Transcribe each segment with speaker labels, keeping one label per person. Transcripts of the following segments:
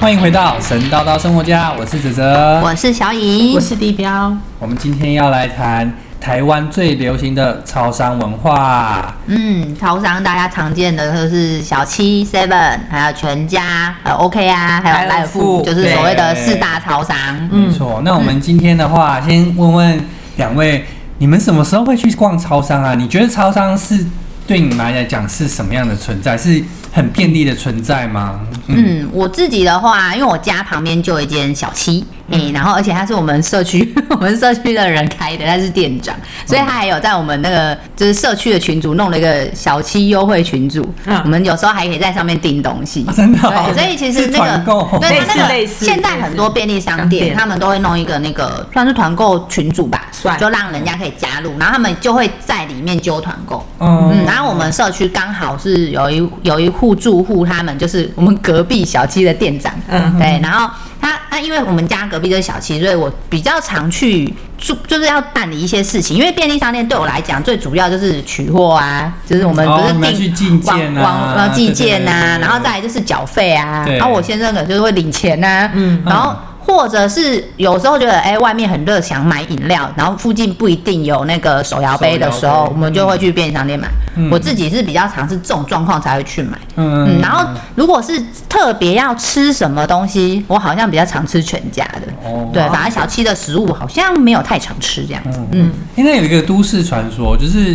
Speaker 1: 欢迎回到神叨叨生活家，我是泽泽，
Speaker 2: 我是小颖
Speaker 3: 我，是地标，
Speaker 1: 我们今天要来谈台湾最流行的超商文化。
Speaker 2: 嗯，超商大家常见的就是小七、Seven，还有全家，还有 OK 啊，还有
Speaker 3: 莱
Speaker 2: 莱
Speaker 3: 尔
Speaker 2: 尔
Speaker 3: 富
Speaker 2: 富，就是所谓的
Speaker 1: 对
Speaker 2: 四大超商。
Speaker 1: 没错，那我们今天的话，
Speaker 2: 嗯
Speaker 1: 先问问两位，你们什么时候会去逛超商啊？你觉得超商是对你们来讲是什么样的存在？是很便利的存在吗？嗯，
Speaker 2: 嗯，我自己的话，因为我家旁边就有一间小七，嗯，然后而且他是我们社区， 我们社区的人开的，他是店长，所以他还有在我们那个就是社区的群组弄了一个小七优惠群组，
Speaker 3: 嗯
Speaker 2: 我们有时候还可以在上面订东西。
Speaker 1: 啊真的哦、
Speaker 2: 对，所以其实
Speaker 1: 是
Speaker 2: 那
Speaker 1: 团购
Speaker 2: 个，对，它那个
Speaker 3: 类似类似
Speaker 2: 现在很多便利商
Speaker 3: 商
Speaker 2: 店，
Speaker 3: 店
Speaker 2: 他们都会弄一个那个算是团购群组吧
Speaker 3: 算，
Speaker 2: 就让人家可以加入，然后他们就会在里面揪团购。嗯，
Speaker 1: 嗯，
Speaker 2: 然后我们社区刚好是有一有一户住户，他们就是我们隔壁小七的店长，
Speaker 3: 嗯
Speaker 2: 对，然后他那因为我们家隔壁就是小七，所以我比较常去住，就是要办理一些事情，因为便利商店对我来讲最主要就是取货啊，就是我们
Speaker 1: 哦
Speaker 2: 不是
Speaker 1: 你们要去
Speaker 2: 订
Speaker 1: 寄件啊
Speaker 2: 网网呃寄件
Speaker 1: 对对对对
Speaker 2: 呐、
Speaker 1: 对
Speaker 2: 然后再来就是缴费啊，
Speaker 1: 对
Speaker 2: 然后我先生可能就是会领钱呐、
Speaker 3: 嗯
Speaker 2: 然后。或者是有时候觉得哎、外面很热，想买饮料，然后附近不一定有那个手摇杯的时
Speaker 1: 手摇
Speaker 2: 候
Speaker 1: 杯，
Speaker 2: 我们就会去便利商店买。
Speaker 1: 嗯
Speaker 2: 我自己是比较常是这种状况才会去买。嗯，
Speaker 1: 嗯
Speaker 2: 然后如果是特别要吃什么东西，我好像比较常吃全家的。
Speaker 1: 哦
Speaker 2: 对，反正小七的食物好像没有太常吃这样子。嗯，
Speaker 1: 现在有一个都市传说，就是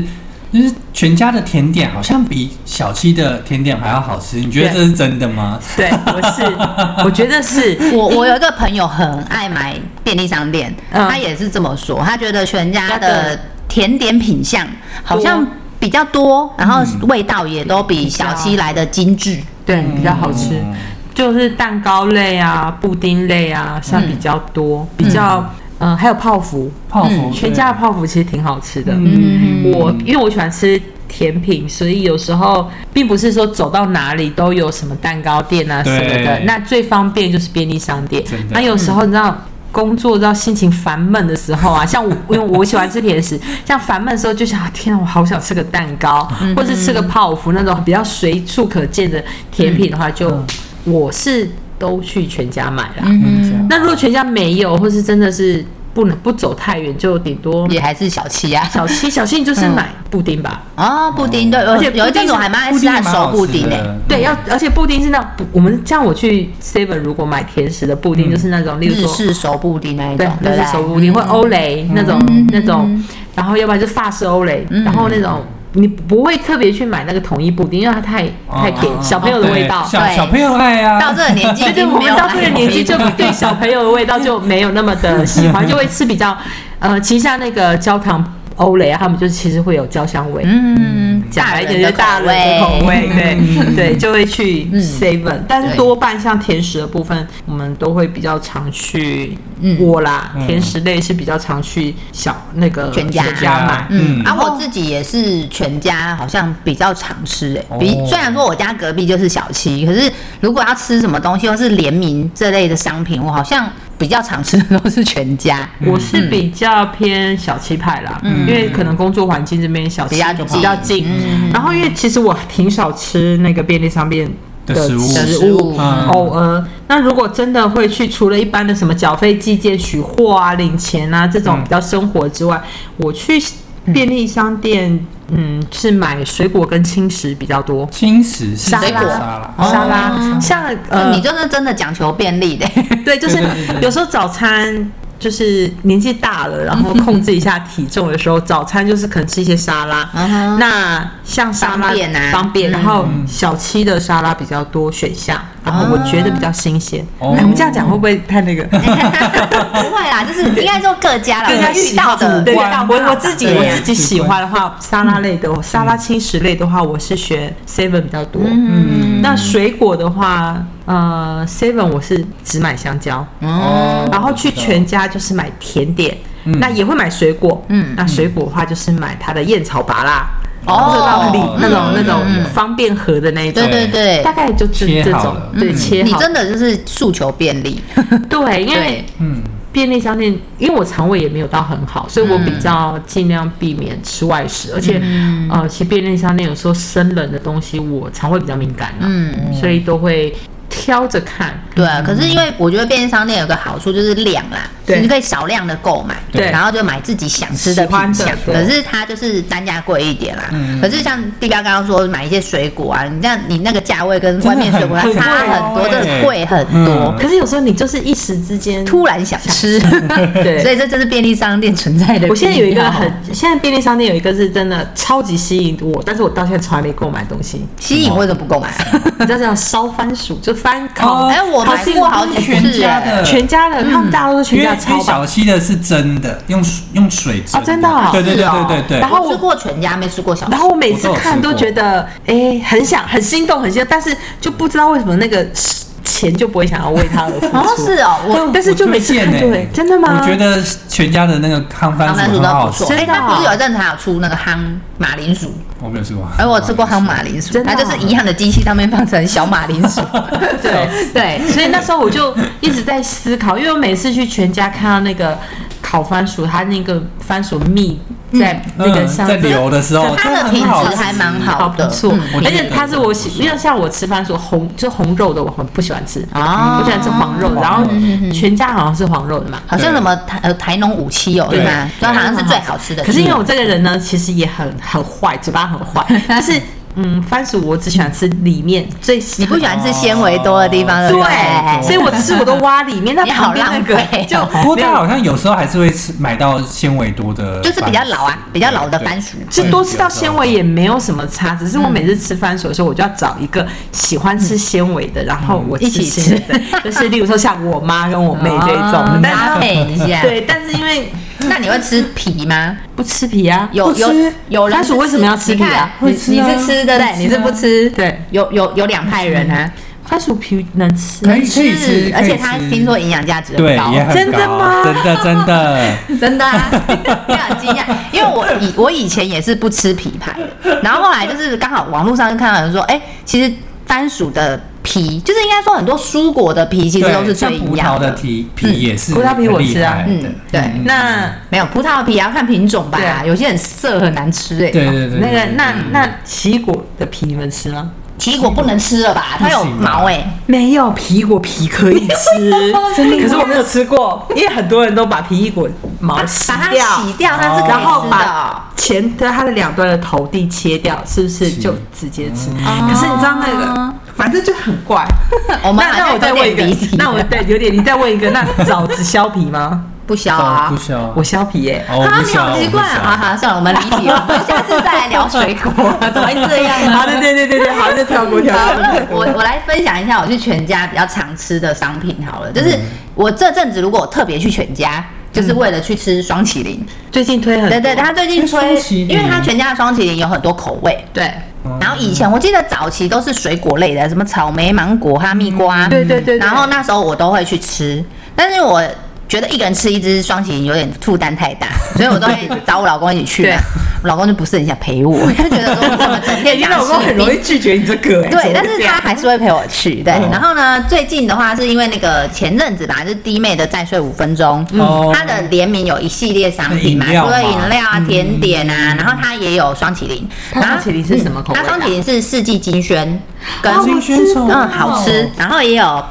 Speaker 1: 就是全家的甜点好像比小七的甜点还要好吃，你觉得这是真的吗？
Speaker 3: 对，我是，我觉得是，
Speaker 2: 我我有一个朋友很爱买便利商店，
Speaker 3: 嗯
Speaker 2: 他也是这么说，他觉得全家
Speaker 3: 那个
Speaker 2: 的甜点品相好像
Speaker 3: 多
Speaker 2: 比较多，然后味道也都比小七来的精致。
Speaker 3: 对，比较好吃，
Speaker 1: 嗯
Speaker 3: 就是蛋糕类啊、布丁类啊，算比较多，比较，嗯、还有泡芙，
Speaker 1: 泡芙，
Speaker 3: 嗯全家的泡芙其实挺好吃的。
Speaker 1: 嗯
Speaker 3: 我因为我喜欢吃甜品，所以有时候并不是说走到哪里都有什么蛋糕店啊什
Speaker 1: 对
Speaker 3: 么的。那最方便就是便利商店
Speaker 1: 真的。
Speaker 3: 那有时候你知道。工作到心情烦闷的时候啊，像我，因为我喜欢吃甜食， 像烦闷的时候就想，啊天啊，我好想吃个蛋糕，
Speaker 1: 嗯
Speaker 3: 或是吃个泡芙那种比较随处可见的甜品的话，就我是都去全家买啦。
Speaker 1: 嗯，
Speaker 3: 那如果全家没有，或是真的是不能不走太远，就顶多
Speaker 2: 也还是小七啊，
Speaker 3: 小七，小七就是买布丁吧。
Speaker 2: 哦，布丁对，而且有一阵子我还蛮爱吃他的手布丁欸诶、
Speaker 3: 对，要而且布丁是那种我们像我去 Seven 如果买甜食的布丁，就是那种，例如
Speaker 2: 嗯日
Speaker 3: 说。
Speaker 2: 式手布丁那一
Speaker 3: 对
Speaker 2: 种，，
Speaker 3: 就
Speaker 2: 对嗯
Speaker 3: 是
Speaker 2: 不
Speaker 3: 手
Speaker 2: 对？
Speaker 3: 布丁或欧蕾那种那种，然后要不然就法式欧蕾，
Speaker 2: 嗯
Speaker 3: 然后那种你不会特别去买那个统一布丁，因为它太太甜，小朋友的味道。
Speaker 1: 哦小
Speaker 2: 哦对
Speaker 1: 小朋友爱啊，
Speaker 2: 到这个年纪
Speaker 3: 对
Speaker 2: 已
Speaker 3: 对，
Speaker 2: 经
Speaker 3: 我
Speaker 2: 没有
Speaker 3: 们
Speaker 2: 买
Speaker 3: 到这个年纪就对小朋友的味道就没有那么的喜 欢，就会吃比较呃，其实像那个焦糖欧蕾啊，他们就其实会有焦香味。
Speaker 2: 嗯，
Speaker 3: 讲白一点就是大人的口 味，对对，就会去
Speaker 2: 嗯
Speaker 3: Seven，但是多半像甜食的部分，我们都会比较常去
Speaker 2: 嗯
Speaker 3: 我啦，
Speaker 1: 嗯
Speaker 3: 甜食类是比较常去小那个
Speaker 2: 全家
Speaker 3: 买，
Speaker 2: 嗯，
Speaker 1: 嗯
Speaker 2: 啊，我自己也是全家好像比较常吃诶、
Speaker 1: 哦
Speaker 2: 比虽然说我家隔壁就是小七，可是如果要吃什么东西或是联名这类的商品，我好像比较常吃的都是全家。
Speaker 3: 我是比较偏小气派啦，
Speaker 1: 嗯
Speaker 3: 因为可能工作环境这边小
Speaker 2: 嗯
Speaker 3: 气
Speaker 2: 比较近
Speaker 3: 比较近，然后因为其实我挺少吃那个便利商店
Speaker 1: 的食物
Speaker 3: 食物哦
Speaker 1: 嗯
Speaker 3: 偶尔。呃那如果真的会去，除了一般的什么缴费、寄件、取货啊、领钱啊这种比较生活之外，我去便利商店，嗯，是买水果跟轻食比较多。
Speaker 1: 轻食是
Speaker 3: 沙
Speaker 2: 水
Speaker 3: 拉
Speaker 2: 果
Speaker 1: 沙，拉，
Speaker 3: 沙拉，像呃，
Speaker 2: 嗯你就是真的讲求便利的、
Speaker 3: 对，就是有时候早餐就是年纪大了，然后控制一下体重的时候，早餐就是可能吃一些沙拉。
Speaker 2: 嗯哼
Speaker 3: 那像沙拉
Speaker 2: 方便啊
Speaker 3: 方
Speaker 2: 嗯
Speaker 3: 便然后小七的沙拉比较多选项，然后
Speaker 2: 哦
Speaker 3: 我觉得比较新鲜。
Speaker 1: 哦
Speaker 3: 哎我们这样讲会不会太那个？
Speaker 2: 不会啦，就是应该说各家啦，
Speaker 3: 大家
Speaker 2: 我啊遇到的
Speaker 3: 对，
Speaker 1: 对
Speaker 3: 我
Speaker 1: 对
Speaker 3: 我自己
Speaker 2: 对
Speaker 3: 我自己喜欢的话，沙拉类的，沙拉轻食类的话，我是选 seven 比较多。嗯，那水果的话，呃，seven 我是只买香蕉，
Speaker 2: 嗯
Speaker 1: 哦
Speaker 3: 然后去全家就是买甜点，那也会买水果。嗯，那水果的话就是买它的燕草芭拉。
Speaker 2: 嗯哦
Speaker 3: 这道理那种
Speaker 1: 嗯
Speaker 3: 那种
Speaker 1: 嗯
Speaker 3: 方便盒的那一种
Speaker 2: 对，对对
Speaker 3: 大，概就是
Speaker 1: 切
Speaker 3: 这
Speaker 1: 好
Speaker 3: 种
Speaker 1: 了，
Speaker 3: 对，
Speaker 2: 嗯
Speaker 3: 切
Speaker 2: 你
Speaker 3: 好，
Speaker 2: 真的就是诉求便利，
Speaker 3: 对，因为
Speaker 2: 对，
Speaker 1: 嗯，
Speaker 3: 便利商店，因为我肠胃也没有到很好，所以我比
Speaker 2: 嗯
Speaker 3: 较尽量避免吃外食，而且、呃，其实便利商店有时候生冷的东西，我肠胃比较敏感、啊，
Speaker 2: 嗯，
Speaker 3: 所以都会挑着看。
Speaker 2: 对啊。可是因为我觉得便利商店有个好处就是量啦，
Speaker 3: 嗯对
Speaker 2: 你可以少量的购买，
Speaker 3: 对
Speaker 2: 然后就买自己想吃的
Speaker 3: 喜欢
Speaker 2: 品
Speaker 3: 的
Speaker 2: 相。
Speaker 3: 对
Speaker 2: 可是它就是单价贵一点啦。
Speaker 1: 嗯
Speaker 2: 可是像地标刚刚说买一些水果啊，你这样你那个价位跟外面水 果它啊
Speaker 1: 真的很
Speaker 2: 差很多，
Speaker 1: 贵
Speaker 2: 真的贵很多
Speaker 1: 嗯。
Speaker 3: 可是有时候你就是一时之间，
Speaker 2: 突然想吃，
Speaker 3: 对
Speaker 2: 所以这就是便利商店存在的必要。
Speaker 3: 我现在有一个很，现在便利商店有一个是真的超级吸引我，但是我到现在从来没购买东 西，
Speaker 2: 吸引，为什么不购买？啊
Speaker 3: 你知道这样烧番薯就番烤，
Speaker 1: 哦
Speaker 2: 哎，我买过好几
Speaker 1: 全
Speaker 2: 次，
Speaker 1: 家
Speaker 2: 哎
Speaker 1: 的，
Speaker 3: 全家的，他们大家都是
Speaker 1: 因
Speaker 3: 全
Speaker 1: 为
Speaker 3: 家
Speaker 1: 因
Speaker 3: 超
Speaker 1: 为小
Speaker 3: 棒，
Speaker 1: 溪的是真的，用水用水蒸
Speaker 3: 啊真的哦
Speaker 1: 对对对
Speaker 2: 是哦
Speaker 1: 对对
Speaker 3: 然
Speaker 1: 对，
Speaker 3: 后
Speaker 2: 我吃过全家，没吃过小吃
Speaker 3: 然。后我每次
Speaker 1: 我都有
Speaker 3: 看
Speaker 1: 吃
Speaker 3: 都
Speaker 1: 过
Speaker 3: 觉得，哎、很想很心动，很心动，但是就不知道为什么那个钱就不会想要为他而付出。
Speaker 2: 哦， 是哦，我
Speaker 3: 但是就每次看
Speaker 1: 我推
Speaker 3: 就
Speaker 1: 荐
Speaker 3: 会
Speaker 1: 欸
Speaker 3: 真的吗
Speaker 1: 我觉得全家的那个康番
Speaker 2: 康番
Speaker 1: 薯
Speaker 2: 薯
Speaker 1: 很
Speaker 2: 都
Speaker 1: 好
Speaker 2: 不
Speaker 1: 吃
Speaker 2: 错，，哎、
Speaker 3: 真的哦啊
Speaker 2: 它不是有一阵子还有出那个夯马铃薯，
Speaker 1: 我没有吃过，
Speaker 2: 而哎我吃过夯马铃薯，
Speaker 3: 真的
Speaker 2: 它
Speaker 3: 哦
Speaker 2: 就是一样的机器上面放成小马铃薯，
Speaker 3: 对
Speaker 2: 对，
Speaker 3: 所以那时候我就一直在思考，因为我每次去全家看到那个烤番薯，它那个番薯蜜在那个
Speaker 1: 嗯，
Speaker 3: 像
Speaker 1: 在流的时候，
Speaker 2: 它的
Speaker 1: 真
Speaker 2: 品
Speaker 1: 很好吃
Speaker 2: 质还蛮
Speaker 3: 好
Speaker 2: 好
Speaker 3: 不
Speaker 2: 的，
Speaker 3: 错，
Speaker 1: 我
Speaker 2: 嗯
Speaker 1: 觉得
Speaker 3: 而且它是我喜，因为像我吃番薯红就红肉的，我很不喜欢吃，
Speaker 2: 哦
Speaker 3: 我喜欢吃黄肉的，然后全家好像是黄肉的嘛。
Speaker 2: 好像什么台呃台农五七哦，
Speaker 1: 对
Speaker 2: 是吗？
Speaker 1: 对
Speaker 2: 就好像是最好吃的。
Speaker 3: 可是因为我这个人呢，其实也很很坏，嘴巴很 坏，但是嗯，番薯我只喜欢吃里面最
Speaker 2: 你不喜欢吃纤维多的地方，对不
Speaker 3: 对，所以我吃我都挖里面，那
Speaker 2: 你好
Speaker 3: 旁边那个
Speaker 2: 浪费哦
Speaker 3: 就
Speaker 1: 不过它好像有时候还是会吃买到纤维多的番薯，
Speaker 2: 就是比较老啊，比较老的番薯。
Speaker 3: 就多吃到纤维也没有什么差，只是我
Speaker 2: 嗯
Speaker 3: 每次吃番薯的时候，我就要找一个喜欢吃纤维的，然后我
Speaker 2: 嗯一起
Speaker 3: 吃纤维的，就是例如说像我妈跟我妹这一
Speaker 2: 哦
Speaker 3: 种，
Speaker 2: 搭
Speaker 3: 但
Speaker 2: 配一 下。
Speaker 3: 对，但是因为
Speaker 2: 那你会吃皮吗？
Speaker 3: 不吃皮啊，
Speaker 2: 有有
Speaker 1: 不吃
Speaker 2: 有人
Speaker 3: 番薯
Speaker 2: 是
Speaker 3: 为什么要吃
Speaker 2: 你看
Speaker 3: 皮啊
Speaker 2: 你
Speaker 1: 会吃啊
Speaker 2: 你是吃的，对，你是不吃。
Speaker 3: 对，
Speaker 2: 有有有两派人啊，
Speaker 3: 番薯皮能吃
Speaker 1: 可以可以吃，
Speaker 2: 而且
Speaker 1: 可以吃
Speaker 2: 它听说营养价值
Speaker 1: 对
Speaker 2: 很
Speaker 1: 也
Speaker 2: 高，
Speaker 1: 很
Speaker 3: 真的
Speaker 1: 高
Speaker 3: 吗
Speaker 1: 真的真的，
Speaker 2: 真的啊， 你很惊讶，因为我以我以前也是不吃枇杷，然后后来就是刚好网络上就看到有人说，哎、其实番薯的皮，就是应该说很多蔬果的皮其实
Speaker 1: 对，
Speaker 2: 都是最
Speaker 1: 像
Speaker 2: 营
Speaker 1: 葡萄
Speaker 2: 养
Speaker 1: 的皮皮也是
Speaker 3: 葡萄皮我吃啊
Speaker 1: 很厉害的
Speaker 2: 嗯，对。
Speaker 3: 那
Speaker 2: 没有葡萄的皮也要看品种
Speaker 3: 对
Speaker 2: 吧
Speaker 3: 啊，
Speaker 2: 有些很涩很难吃
Speaker 1: 对
Speaker 2: 哎、
Speaker 1: 对对，
Speaker 3: 那个
Speaker 1: 对
Speaker 3: 那那奇异果的皮你们吃吗？
Speaker 2: 奇异果不能吃了吧？它有
Speaker 1: 不行吧
Speaker 2: 毛哎、
Speaker 3: 没有皮果皮可 以吃，可是我没有吃过，因为很多人都把皮衣果毛
Speaker 2: 把
Speaker 3: 哦洗
Speaker 2: 它
Speaker 3: 掉，
Speaker 2: 洗掉，它是可以
Speaker 3: 然后
Speaker 2: 吃的哦
Speaker 3: 把前的它的两端的头蒂切掉，是不是就直接吃？可是你知道那个，反正就很怪。
Speaker 2: 啊 我们好
Speaker 3: 那那
Speaker 2: 像
Speaker 3: 我再
Speaker 2: 有
Speaker 3: 问一
Speaker 2: 点
Speaker 3: 个
Speaker 2: 离题，
Speaker 3: 那我再有点，你再问一个，那枣子削皮吗？
Speaker 2: 不消
Speaker 1: 早
Speaker 2: 啊
Speaker 1: 哦不，消，
Speaker 3: 我削皮耶、
Speaker 1: 哦我
Speaker 2: 啊，
Speaker 1: 不
Speaker 2: 你
Speaker 1: 消，
Speaker 2: 好奇怪啊！好
Speaker 1: 啊，
Speaker 2: 好，算了，我们离题了，我们下次再来聊水果，啊怎么会这样呢？
Speaker 3: 好的，对对对对，好，就跳过跳
Speaker 2: 嗯好
Speaker 3: 过。
Speaker 2: 那我我来分享一下我去全家比较常吃的商品好了，
Speaker 3: 嗯
Speaker 2: 就是我这阵子如果我特别去全家，就是为了去吃双麒麟。
Speaker 3: 最近推 很
Speaker 2: 对对，他最近
Speaker 1: 双
Speaker 2: 推，
Speaker 1: 麒麟
Speaker 2: 因为他全家的双麒麟有很多口味。
Speaker 3: 对
Speaker 2: 然后以前我记得早期都是水果类的，什么草莓、芒果、哈密瓜。嗯
Speaker 3: 嗯对对对对
Speaker 2: 然后那时候我都会去吃，但是我觉得一个人吃一只双喜有点负担太大，所以我都会找我老公一起去嘛
Speaker 3: 对。
Speaker 2: 我老公就不是很想陪我，他就觉得说我怎么整 天
Speaker 3: 哎你
Speaker 2: 想
Speaker 3: 老公
Speaker 2: 吃
Speaker 3: 很容易拒绝你这个、哎
Speaker 2: 对，
Speaker 3: 怎么
Speaker 2: 但
Speaker 3: 会
Speaker 2: 是
Speaker 3: 这
Speaker 2: 他
Speaker 3: 样
Speaker 2: 还是会陪我去。对，
Speaker 1: 哦
Speaker 2: 然后呢，最近的话是因为那个前阵子吧，就是弟妹的再睡五分钟，
Speaker 1: 哦
Speaker 2: 它的联名有一系列商品嘛，
Speaker 1: 饮料
Speaker 2: 除了
Speaker 1: 嘛
Speaker 2: 饮料啊、甜点啊，然后它也有双麒麟。
Speaker 3: 它
Speaker 2: 然后
Speaker 3: 双麒麟是什么口味的
Speaker 2: 它双麒麟是四季金萱，跟
Speaker 1: 哦金萱草
Speaker 2: 嗯好吃，然后也有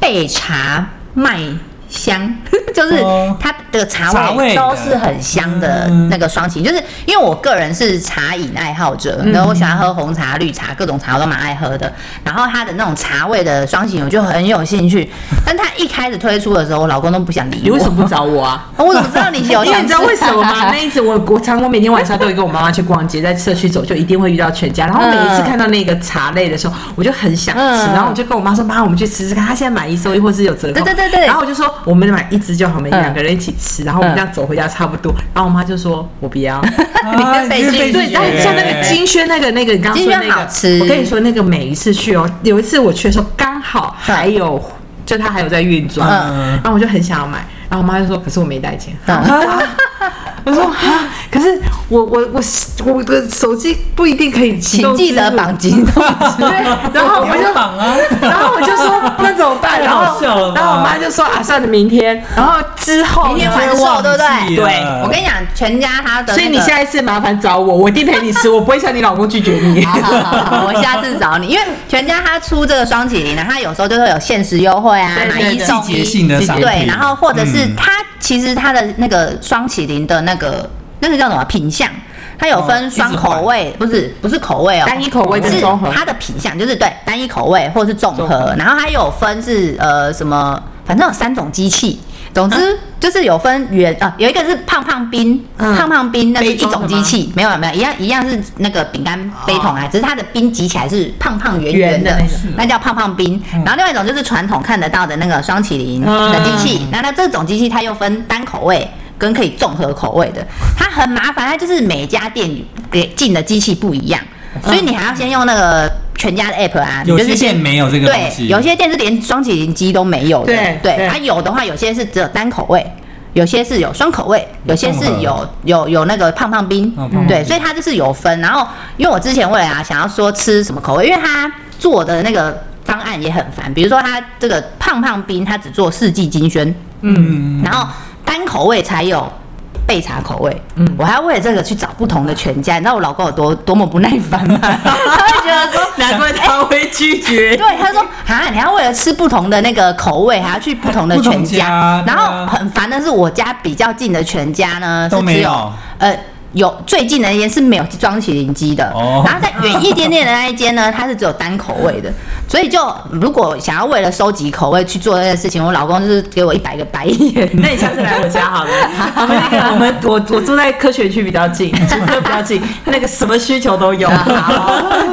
Speaker 2: 焙茶麦香， 就是
Speaker 1: 哦
Speaker 2: 它的茶
Speaker 1: 茶
Speaker 2: 味
Speaker 1: 味
Speaker 2: 都
Speaker 1: 的
Speaker 2: 是很香的
Speaker 1: 嗯
Speaker 2: 那个双擎，就是因为我个人是茶饮爱好者，
Speaker 3: 嗯
Speaker 2: 然后我喜欢喝红茶、绿茶，各种茶我都蛮爱喝的。然后它的那种茶味的双擎，我就很有兴 趣。但它一开始推出的时候，我老公都不想理我。
Speaker 3: 你为什么不找我啊？
Speaker 2: 我怎么知道你有
Speaker 3: 因
Speaker 2: 想吃？
Speaker 3: 为 你知道为什么 吗？那一次我我常我每天晚上都会跟我妈妈去逛街，在社区走就一定会遇到全家，然后每一次看到那个茶类的时候，我就很想吃，
Speaker 2: 嗯
Speaker 3: 然后我就跟我妈说：“妈，我们去吃吃看，她现在买一送一或是有折扣。”
Speaker 2: 对对对对
Speaker 3: 然后我就说：“我们买一只就好，我们
Speaker 2: 嗯
Speaker 3: 两个人一起吃，然后我们这样走回家差不多。”然后我妈就说：“我不要。”
Speaker 1: 啊
Speaker 2: 你被
Speaker 1: 你是被
Speaker 2: 拒绝
Speaker 3: 对，但是像那个金萱那个那个，你刚刚说那
Speaker 2: 金萱
Speaker 3: 个，
Speaker 2: 好吃
Speaker 3: 我跟你说那个每一次去哦，有一次我去的时候刚好还有，就它还有在运转，
Speaker 2: 嗯
Speaker 3: 然后我就很想要买，然后我妈就说：“可是我没带钱。”
Speaker 2: 嗯
Speaker 3: 啊 我说啊，可是我我我我的手机不一定可以启
Speaker 2: 请
Speaker 3: 动
Speaker 2: 记
Speaker 3: 支
Speaker 2: 得
Speaker 3: 付
Speaker 2: 绑紧。
Speaker 3: 对，然后我
Speaker 1: 你要
Speaker 3: 就
Speaker 1: 绑啊，
Speaker 3: 然后我就说那怎么办？
Speaker 1: 太
Speaker 3: 然
Speaker 1: 好
Speaker 3: 后
Speaker 1: 笑了吧
Speaker 3: 然后我妈就说啊，算了，明天。然后之后呢
Speaker 2: 明天晚
Speaker 1: 你
Speaker 2: 上
Speaker 1: 会忘
Speaker 2: 瘦，
Speaker 1: 记
Speaker 2: 对不对？
Speaker 1: 了
Speaker 2: 我跟你讲，全家他的那个、
Speaker 3: 所以你下一次麻烦找我，我一定 陪你吃，我不会像你老公拒绝你。
Speaker 2: 好 好好好，我下次找你，因为全家它出这个双麒麟呢，它有时候就会有限时优惠啊，
Speaker 3: 对对
Speaker 2: 买
Speaker 3: 对
Speaker 2: 一送
Speaker 1: 季节
Speaker 2: 一，
Speaker 1: 性的商品
Speaker 2: 对，然后或者是
Speaker 1: 嗯
Speaker 2: 它其实它的那个双麒麟的那个那个叫什么品相，它有
Speaker 1: 哦
Speaker 2: 分双口味，不是不是口味哦，
Speaker 3: 单一口味跟
Speaker 2: 是
Speaker 3: 综合嗯
Speaker 2: 它的品相就是对单一口味或者是综
Speaker 3: 综
Speaker 2: 合
Speaker 3: 合，
Speaker 2: 然后它有分是呃什么，反正有三种机器。总之就是有分圆啊，有一个是胖胖冰，
Speaker 3: 嗯
Speaker 2: 胖胖冰那是
Speaker 3: 杯
Speaker 2: 一
Speaker 3: 装
Speaker 2: 种
Speaker 3: 的
Speaker 2: 机
Speaker 3: 吗
Speaker 1: 哦
Speaker 2: 器，没有没有一样一样是那个饼干杯桶啊，只是它的冰挤起来是胖胖圆圆
Speaker 3: 圆的
Speaker 2: 的
Speaker 3: 那种，
Speaker 2: 那叫胖胖冰。
Speaker 1: 嗯
Speaker 2: 然后另外一种就是传统看得到的那个双麒麟的机器，那它这种机器它又分单口味。跟可以综合口味的，它很麻烦，它就是每家店给进的机器不一样，所以你还要先用那个全家的 app 啊，
Speaker 1: 嗯有
Speaker 2: 你就是
Speaker 1: 些
Speaker 2: 先
Speaker 1: 店没有这个东
Speaker 2: 对，
Speaker 1: 西，
Speaker 2: 有些店是连双麒麟鸡都没有的。
Speaker 3: 对对
Speaker 2: 对，它有的话，有些是只有单口味，有些是有双口味，有些是
Speaker 1: 综合
Speaker 2: 有哦有有那个胖胖冰
Speaker 1: 嗯胖胖。
Speaker 2: 对，
Speaker 1: 冰
Speaker 2: 所以它就是有分。然后，因为我之前为了啊想要说吃什么口味，因为它做的那个方案也很烦，比如说它这个胖胖冰，它只做四季金萱，
Speaker 1: 嗯，
Speaker 2: 然后单口味才有。焙茶口味，嗯，我还要为了这个去找不同的全家，你知道我老公有多多么不耐烦吗？ 他会觉得说，
Speaker 3: 难怪他会拒绝。
Speaker 2: 对，他说啊，你要为了吃不同的那个口味，还要去不同的
Speaker 1: 不同
Speaker 2: 全家，
Speaker 1: 家对
Speaker 2: 然
Speaker 1: 啊
Speaker 2: 后很烦的是，我家比较近的全家呢
Speaker 1: 都
Speaker 2: 是
Speaker 1: 没
Speaker 2: 只
Speaker 1: 有
Speaker 2: 呃。有最近的那间是没有装麒麟鸡的，
Speaker 1: 哦
Speaker 2: 然后在远一点点的那一间呢，它是只有单口味的，所以就如果想要为了收集口味去做这件事情，我老公就是给我一百个白眼，
Speaker 3: 那你下次来我家好了， 我们那个我们我我住在科学区比较近， 住科比较近，那个什么需求都有。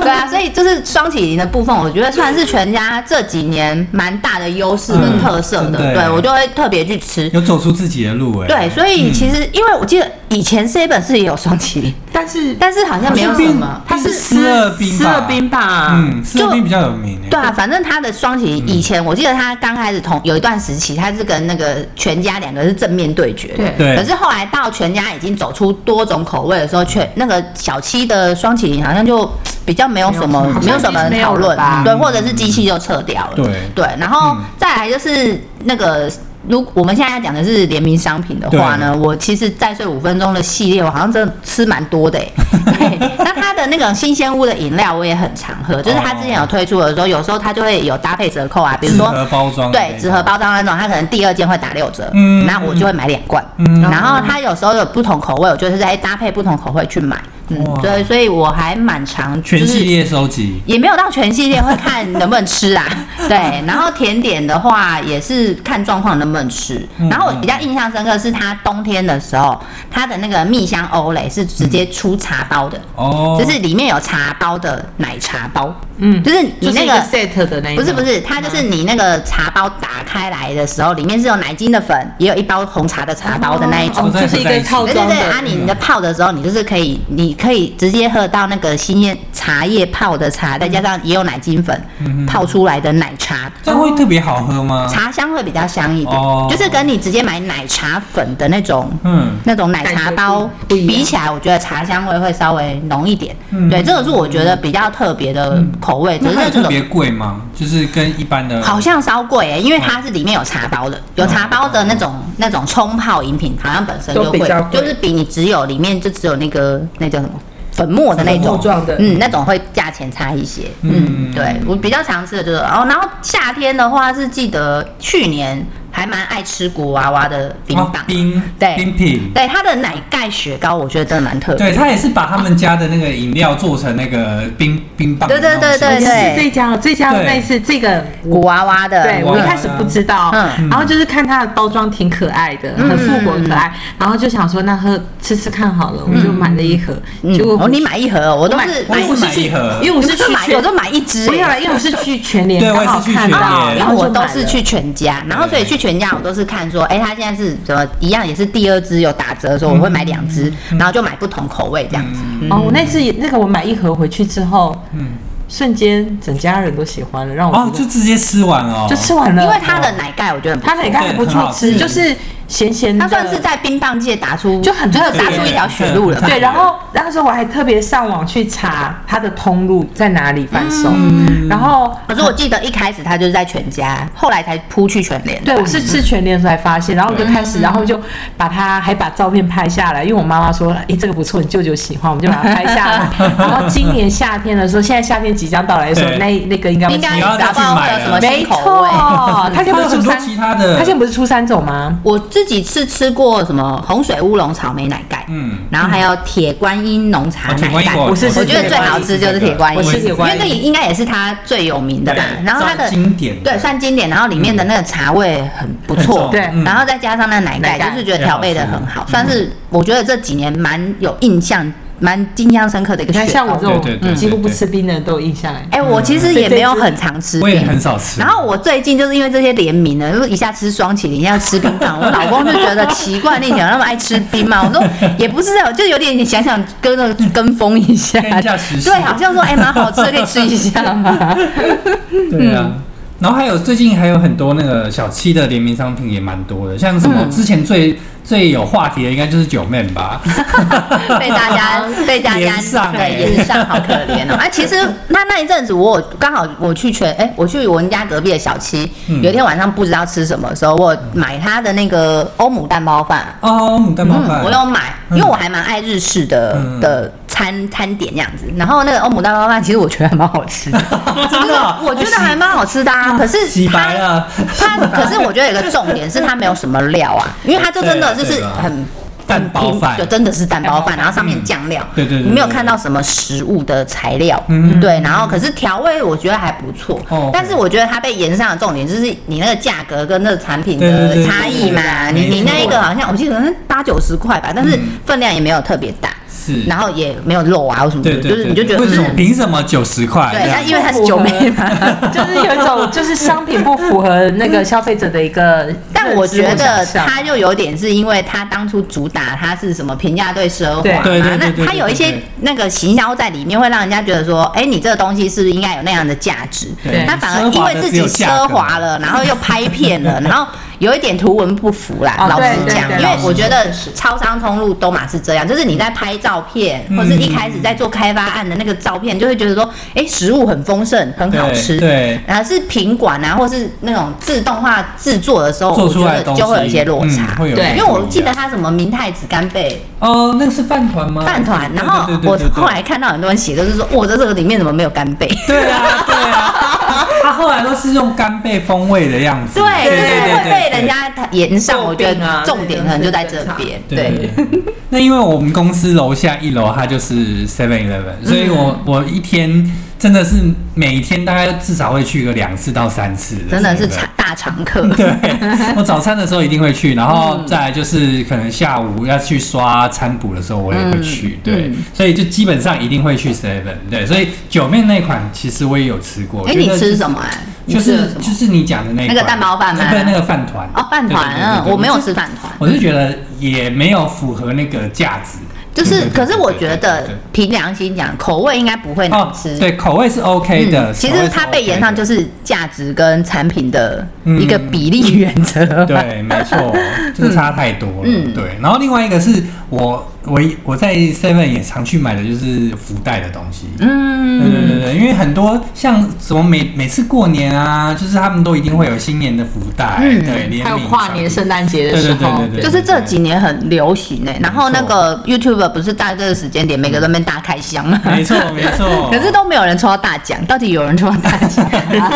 Speaker 2: 对啊，所以就是双起麟的部分，我觉得算是全家这几年蛮大的优势跟
Speaker 1: 嗯
Speaker 2: 特色的，
Speaker 1: 真的耶
Speaker 2: 对我就会特别去吃。
Speaker 1: 有走出自己的路哎，
Speaker 2: 对，所以其实因为我记得以前 seven 是也有双麒麟，
Speaker 3: 但是
Speaker 2: 但是好像没有什么。
Speaker 3: 它是
Speaker 1: 斯乐冰吧
Speaker 3: 斯乐冰吧？
Speaker 1: 嗯，四合
Speaker 2: 啊就
Speaker 1: 冰比较有名哎，
Speaker 2: 对啊，反正它的双麒麟以前我记得它刚开始同有一段时期，它是跟那个全家两个是正面对决的。
Speaker 1: 对
Speaker 2: 可是后来到全家已经走出多种口味的时候，全那个小七的双麒麟好像就比较没有什么没
Speaker 3: 没有
Speaker 2: 有什么
Speaker 3: 好像已经没有
Speaker 2: 讨
Speaker 3: 了
Speaker 2: 论
Speaker 3: 吧，
Speaker 2: 对，或者是机器就撤掉了。
Speaker 1: 对
Speaker 2: 对，然后
Speaker 1: 嗯
Speaker 2: 再来就是那个。如我们现在要讲的是联名商品的话呢，我其实再睡五分钟的系列，我好像真的吃蛮多的、欸。对，那它的那个新鲜屋的饮料我也很常喝，
Speaker 1: 哦
Speaker 2: 就是它之前有推出的时候，有时候它就会有搭配折扣啊，比如
Speaker 1: 纸
Speaker 2: 说
Speaker 1: 盒包装的那
Speaker 2: 对
Speaker 1: 种，
Speaker 2: 纸盒包装那种，它可能第二件会打六折，
Speaker 1: 嗯
Speaker 2: 那我就会买两罐。
Speaker 1: 嗯
Speaker 2: 然后它有时候有不同口味，我就是在搭配不同口味去买。嗯，
Speaker 1: 哇
Speaker 2: 对，所以我还蛮常
Speaker 1: 全
Speaker 2: 就是
Speaker 1: 系列收集，
Speaker 2: 也没有到全系列，会看能不能吃 啊。对，然后甜点的话也是看状况能不能吃。
Speaker 1: 嗯
Speaker 2: 然后我比较印象深刻是它冬天的时候，它的那个蜜香欧蕾是直接出茶包的，
Speaker 1: 哦，
Speaker 2: 就是里面有茶包的奶茶包，
Speaker 3: 嗯，
Speaker 2: 就是
Speaker 3: 就
Speaker 2: 你
Speaker 3: 是
Speaker 2: 那
Speaker 3: 一
Speaker 2: 个。
Speaker 3: set 的那一
Speaker 2: 不是
Speaker 3: 种
Speaker 2: 不是，它就是你那个茶包打开来的时候，里面是有奶精的粉，也有一包红茶的茶包的那一种
Speaker 3: 哦。就是一个套
Speaker 2: 对
Speaker 3: 装
Speaker 2: 对
Speaker 3: 的。
Speaker 2: 对，啊，你你的泡的时候，你就是可以，你可以直接喝到那个新叶茶叶泡的茶，再加上也有奶精粉
Speaker 3: 嗯
Speaker 2: 泡出来的奶茶，
Speaker 1: 这样会特别好喝吗？
Speaker 2: 茶香会比较香一点
Speaker 1: 哦，
Speaker 2: 就是跟你直接买奶茶粉的那种。
Speaker 1: 嗯，
Speaker 2: 那种奶茶包
Speaker 3: 感觉不一样
Speaker 2: 比起来，我觉得茶香味会稍微浓一点。
Speaker 1: 嗯
Speaker 2: 对，这个是我觉得比较特别的口
Speaker 3: 嗯
Speaker 2: 味，只
Speaker 1: 那它有
Speaker 2: 是这
Speaker 1: 特
Speaker 2: 种
Speaker 1: 别贵吗？就是跟一般的
Speaker 2: 好像稍贵、欸，因为它是里面有茶包的，有茶包的那种那种冲泡饮品，好像本身就
Speaker 3: 都比
Speaker 2: 贵
Speaker 3: 较，贵
Speaker 2: 就是比你只有里面就只有那个那叫什么粉末的那
Speaker 1: 粉末
Speaker 2: 种
Speaker 3: 状的
Speaker 2: 嗯，那种会价钱差一些。嗯，
Speaker 1: 嗯
Speaker 2: 对我比较常吃的就是，哦，然后夏天的话是记得去年还蛮爱吃古娃娃的冰
Speaker 1: 哦
Speaker 2: 棒，
Speaker 1: 冰
Speaker 2: 对
Speaker 1: 冰品，
Speaker 2: 对它的奶盖雪糕，我觉得真的蛮特别。
Speaker 1: 对，他也是把他们家的那个饮料做成那个冰冰棒的
Speaker 2: 对
Speaker 1: 那
Speaker 2: 对
Speaker 1: 种形
Speaker 2: 对
Speaker 1: 式，
Speaker 2: 对对，
Speaker 3: 这家这家
Speaker 1: 对
Speaker 3: 那一次这个
Speaker 2: 古娃娃的，
Speaker 3: 对，
Speaker 1: 嗯哇
Speaker 3: 我一开始不知道，
Speaker 2: 嗯
Speaker 3: 然后就是看它的包装挺可爱的，
Speaker 1: 嗯
Speaker 3: 很复古可爱，然后就想说那喝吃吃看好了，我就买了一盒，
Speaker 2: 嗯
Speaker 3: 结果
Speaker 2: 哦，你买一盒哦，我都是
Speaker 1: 我
Speaker 2: 买
Speaker 1: 也是买
Speaker 3: 去
Speaker 1: 一盒
Speaker 3: 因为我是去
Speaker 2: 买，
Speaker 3: 全
Speaker 2: 我都买一只、
Speaker 3: 不
Speaker 2: 欸
Speaker 3: 要了，因为我是去全联，
Speaker 1: 对
Speaker 3: 刚好
Speaker 1: 我也是去
Speaker 3: 看
Speaker 1: 全
Speaker 3: 到，
Speaker 1: 联
Speaker 2: 因
Speaker 3: 然
Speaker 2: 为
Speaker 3: 后
Speaker 2: 我
Speaker 3: 就
Speaker 2: 都
Speaker 3: 买
Speaker 2: 是
Speaker 3: 了
Speaker 2: 去全家，然后所以去全家我都是看说，哎、它现在是怎么一样也是第二支有打折的时候，我会买两支，
Speaker 3: 嗯
Speaker 2: 然后就买不同口味这样子。
Speaker 3: 哦，我那次也那个我买一盒回去之后，
Speaker 1: 嗯
Speaker 3: 瞬间整家人都喜欢了，让我
Speaker 1: 哦，
Speaker 3: 觉
Speaker 1: 就
Speaker 3: 得
Speaker 1: 直接吃完哦，
Speaker 3: 就吃完了，
Speaker 2: 因为它的奶盖我觉得很不
Speaker 3: 它
Speaker 2: 错
Speaker 3: 奶盖还
Speaker 1: 对
Speaker 3: 不
Speaker 1: 很
Speaker 3: 错
Speaker 1: 好
Speaker 3: 吃，
Speaker 1: 吃
Speaker 3: 就是咸咸的，
Speaker 2: 他算是在冰棒界打出，
Speaker 3: 就很
Speaker 2: 他有
Speaker 3: 特
Speaker 2: 打
Speaker 3: 别
Speaker 2: 出一条血路了吧？
Speaker 3: 对，然后那时候我还特别上网去查它的通路在哪里贩售，
Speaker 1: 嗯
Speaker 3: 然后
Speaker 2: 可是我记得一开始他就是在全家，后来才扑去全联。
Speaker 3: 对，我是吃全联的时候才发现，然后我就开始，然后就把它还把照片拍下来，因为我妈妈说，哎、这个不错，你舅舅喜欢，我们就把它拍下 来。然后今年夏天的时候，现在夏天即将到来的时候
Speaker 1: 对，
Speaker 3: 那那个应该会
Speaker 2: 应该
Speaker 1: 你要再
Speaker 2: 打
Speaker 1: 去
Speaker 2: 爆
Speaker 1: 买
Speaker 2: 的
Speaker 1: 了
Speaker 2: 什么
Speaker 3: 没
Speaker 2: 新
Speaker 3: 错
Speaker 2: 口味？，
Speaker 3: 它现在不是
Speaker 1: 很
Speaker 3: 出
Speaker 1: 多嗯
Speaker 3: 三，
Speaker 1: 其他的，
Speaker 3: 它现在不是出三种吗？
Speaker 2: 我自己是吃过什么红水乌龙草莓奶盖，
Speaker 1: 嗯
Speaker 2: 然后还有铁观音浓茶
Speaker 1: 啊铁
Speaker 2: 奶
Speaker 1: 观音
Speaker 2: 盖。
Speaker 1: 我
Speaker 3: 我是
Speaker 2: 我觉得最好吃就是铁观音，
Speaker 3: 我是铁观音
Speaker 2: 因为那应该也是它最有名的吧。
Speaker 1: 对
Speaker 2: 然后它
Speaker 1: 算
Speaker 2: 的
Speaker 1: 经典的
Speaker 2: 对，算经典。然后里面的那个茶味很不错，
Speaker 1: 很重
Speaker 3: 对
Speaker 1: 嗯
Speaker 2: 然后再加上那奶盖，
Speaker 3: 奶盖
Speaker 2: 就是觉得调配的很好，算是我觉得这几年蛮有印象、蛮印象深刻的一个
Speaker 3: 你看
Speaker 2: 雪
Speaker 3: 像我
Speaker 2: 糕。
Speaker 3: 这种
Speaker 1: 对对对
Speaker 3: 嗯几乎
Speaker 1: 对
Speaker 3: 不
Speaker 1: 对
Speaker 3: 吃冰的人都有印象哎。
Speaker 2: 哎，我
Speaker 1: 嗯
Speaker 2: 其实也没有很常吃
Speaker 1: 我也
Speaker 2: 冰，
Speaker 1: 很少吃
Speaker 2: 然后我最近就是因为这些联名的，就是一下吃双麒麟，一下吃冰棒，我老公就觉得奇怪，你以前有那么爱吃冰吗？我说也不是啊，就有点想想跟着跟风一下，
Speaker 1: 跟一下时事
Speaker 2: 对，好像说哎蛮好吃的，可以吃一下 嘛。
Speaker 1: 对啊。
Speaker 2: 嗯
Speaker 1: 然后还有最近还有很多那个小七的联名商品也蛮多的，像什么
Speaker 2: 嗯
Speaker 1: 之前最、最有话题的应该就是九妹 吧，
Speaker 2: 被大家被大家
Speaker 1: 连上
Speaker 2: 对
Speaker 1: 欸
Speaker 2: 连上，好可怜哦。啊，其实那那一阵子我有刚好我去全哎、我去我们家隔壁的小七，
Speaker 1: 嗯
Speaker 2: 有一天晚上不知道吃什么的时候，我买他的那个欧姆蛋包饭。
Speaker 1: 哦，牡丹包
Speaker 2: 嗯，
Speaker 1: 饭，
Speaker 2: 我有买，因
Speaker 1: 嗯
Speaker 2: 为我还蛮爱日式的、
Speaker 1: 嗯
Speaker 2: 的餐餐点这样子。然后那个欧姆蛋包饭，其实我觉得还蛮好 吃的，
Speaker 1: 真的哦
Speaker 2: 我觉得还蛮好吃的啊。可是
Speaker 1: 洗白
Speaker 2: 它
Speaker 1: 了，
Speaker 2: 它，可是我觉得有个重点是它没有什么料啊，因为它就真的
Speaker 1: 对
Speaker 2: 就
Speaker 1: 啊
Speaker 2: 是
Speaker 1: 对啊
Speaker 2: 很。
Speaker 1: 蛋包饭嗯
Speaker 2: 就真的是蛋包饭，然后上面酱料，
Speaker 1: 对对对对
Speaker 2: 你没有看到什么食物的材料，
Speaker 1: 嗯
Speaker 2: 对，然后可是调味我觉得还不错
Speaker 1: 哦，OK，
Speaker 2: 但是我觉得它被延上的重点就是你那个价格跟那个产品
Speaker 1: 对对
Speaker 2: 的
Speaker 1: 对
Speaker 2: 差异嘛，
Speaker 1: 对
Speaker 2: 你
Speaker 1: 对对
Speaker 2: 你
Speaker 1: 没错
Speaker 2: 那一个好像我记得可能八九十块吧，但是
Speaker 1: 嗯
Speaker 2: 分量也没有特别大，
Speaker 1: 是
Speaker 2: 然后也没有肉啊或什么的，
Speaker 1: 对对
Speaker 2: 就是
Speaker 1: 对
Speaker 2: 你就觉得嗯
Speaker 1: 为
Speaker 2: 就
Speaker 1: 什
Speaker 2: 是
Speaker 1: 么凭什么九十块？
Speaker 2: 对，
Speaker 1: 这样
Speaker 2: 但因为它是九妹嘛，
Speaker 3: 就是有一种，就是商品不符合那个消费者的一个，
Speaker 2: 但我觉得他就有点是因为他当初主打他是什么平价对奢华嘛，
Speaker 1: 对对对对
Speaker 2: 那
Speaker 1: 对
Speaker 2: 他有一
Speaker 1: 对
Speaker 2: 些
Speaker 1: 对
Speaker 2: 那个行销在里面，会让人家觉得说，哎，你这个东西是不是应该有那样的价值？
Speaker 1: 对
Speaker 2: 他反而因为自己奢华了，然后又拍 片了，然后有一点图文不符啦。
Speaker 3: 哦
Speaker 2: 老实
Speaker 3: 对
Speaker 2: 讲，因
Speaker 3: 对对
Speaker 2: 为
Speaker 3: 老实
Speaker 2: 我觉得
Speaker 3: 确实
Speaker 2: 超商通路都嘛是这样，就是你在拍照片，
Speaker 1: 嗯
Speaker 2: 或是一开始在做开发案的那个照片，就会觉得说，哎，食物很丰盛，很好吃，
Speaker 1: 对对
Speaker 2: 然后是品管啊，或是那种自动化制作的时候，
Speaker 1: 做出来的东
Speaker 2: 哦我
Speaker 1: 西
Speaker 2: 觉得就会有一些落差
Speaker 1: 嗯。会有
Speaker 3: 对
Speaker 2: 因为我记得它什么明太子干贝
Speaker 1: 哦，那个是饭团吗？
Speaker 2: 饭团，然后
Speaker 1: 对对对
Speaker 2: 我
Speaker 1: 对对对
Speaker 2: 后来看到很多人写的就是说，我在这个里面怎么没有干贝？
Speaker 1: 对啊对啊，他后来都是用干贝风味的样子，
Speaker 2: 对
Speaker 1: 对对
Speaker 2: 对，
Speaker 1: 对
Speaker 2: 会
Speaker 1: 对，
Speaker 2: 被人家延上，我觉
Speaker 3: 诟病
Speaker 2: 得
Speaker 3: 啊
Speaker 2: 重点可能就在这边。对，
Speaker 1: 对。 那因为我们公司楼下一楼它就是 Seven Eleven，所以
Speaker 2: 嗯
Speaker 1: 我、我一天真的是每天大概至少会去个两次到三次，
Speaker 2: 真的是
Speaker 1: 7-Eleven
Speaker 2: 常大常客。
Speaker 1: 对，我早餐的时候一定会去，然后再来就是可能下午要去刷餐补的时候，我也会去。
Speaker 2: 嗯
Speaker 1: 对
Speaker 2: 嗯，
Speaker 1: 所以就基本上一定会去 Seven。对，所以九妹那款其实我也有吃过。我
Speaker 2: 哎，
Speaker 1: 觉
Speaker 2: 你
Speaker 1: 得
Speaker 2: 吃什么啊？你
Speaker 1: 就
Speaker 2: 吃
Speaker 1: 是
Speaker 2: 了什么？
Speaker 1: 就是你讲的那一
Speaker 2: 那个
Speaker 1: 款
Speaker 2: 蛋包饭吗
Speaker 1: 不是那个饭团
Speaker 2: 哦，饭团，
Speaker 1: 对对对对
Speaker 2: 嗯，
Speaker 1: 对
Speaker 2: 我没有吃饭团。
Speaker 1: 我是觉得也没有符合那个价值，
Speaker 2: 就是，
Speaker 1: 嗯
Speaker 2: 可是我觉
Speaker 1: 对对对
Speaker 2: 得
Speaker 1: 对对
Speaker 2: 凭良心讲，口味应该不会难
Speaker 1: 哦
Speaker 2: 吃。，
Speaker 1: 对，口味是 OK 的。
Speaker 2: 嗯其
Speaker 1: 口味
Speaker 2: 实
Speaker 1: 是
Speaker 2: 它被
Speaker 1: OK 的
Speaker 2: 延上就是价值跟产品的一个
Speaker 1: 嗯
Speaker 2: 比例原则。
Speaker 1: 对，没错，这个差太多了。
Speaker 2: 嗯
Speaker 1: 对，然后另外一个是我我我在 Seven 也常去买的就是福袋的东西。对对
Speaker 2: 嗯，
Speaker 1: 对对，因为很多像什么每每次过年啊，就是他们都一定会有新年的福袋，
Speaker 2: 嗯
Speaker 1: 对，联名
Speaker 3: 还有跨年、
Speaker 1: 商
Speaker 3: 圣
Speaker 1: 品
Speaker 3: 诞节的
Speaker 1: 对
Speaker 3: 时
Speaker 1: 对对
Speaker 3: 候
Speaker 1: 对，对，
Speaker 2: 就是这
Speaker 1: 对
Speaker 2: 几。年很流行诶、然后
Speaker 1: 没
Speaker 2: 那
Speaker 1: 错
Speaker 2: 个 YouTube 不是大这个时间点，每个人被大开箱嘛，
Speaker 1: 没错没错，
Speaker 2: 可 是都没有人抽到大奖，到底有人抽到大奖？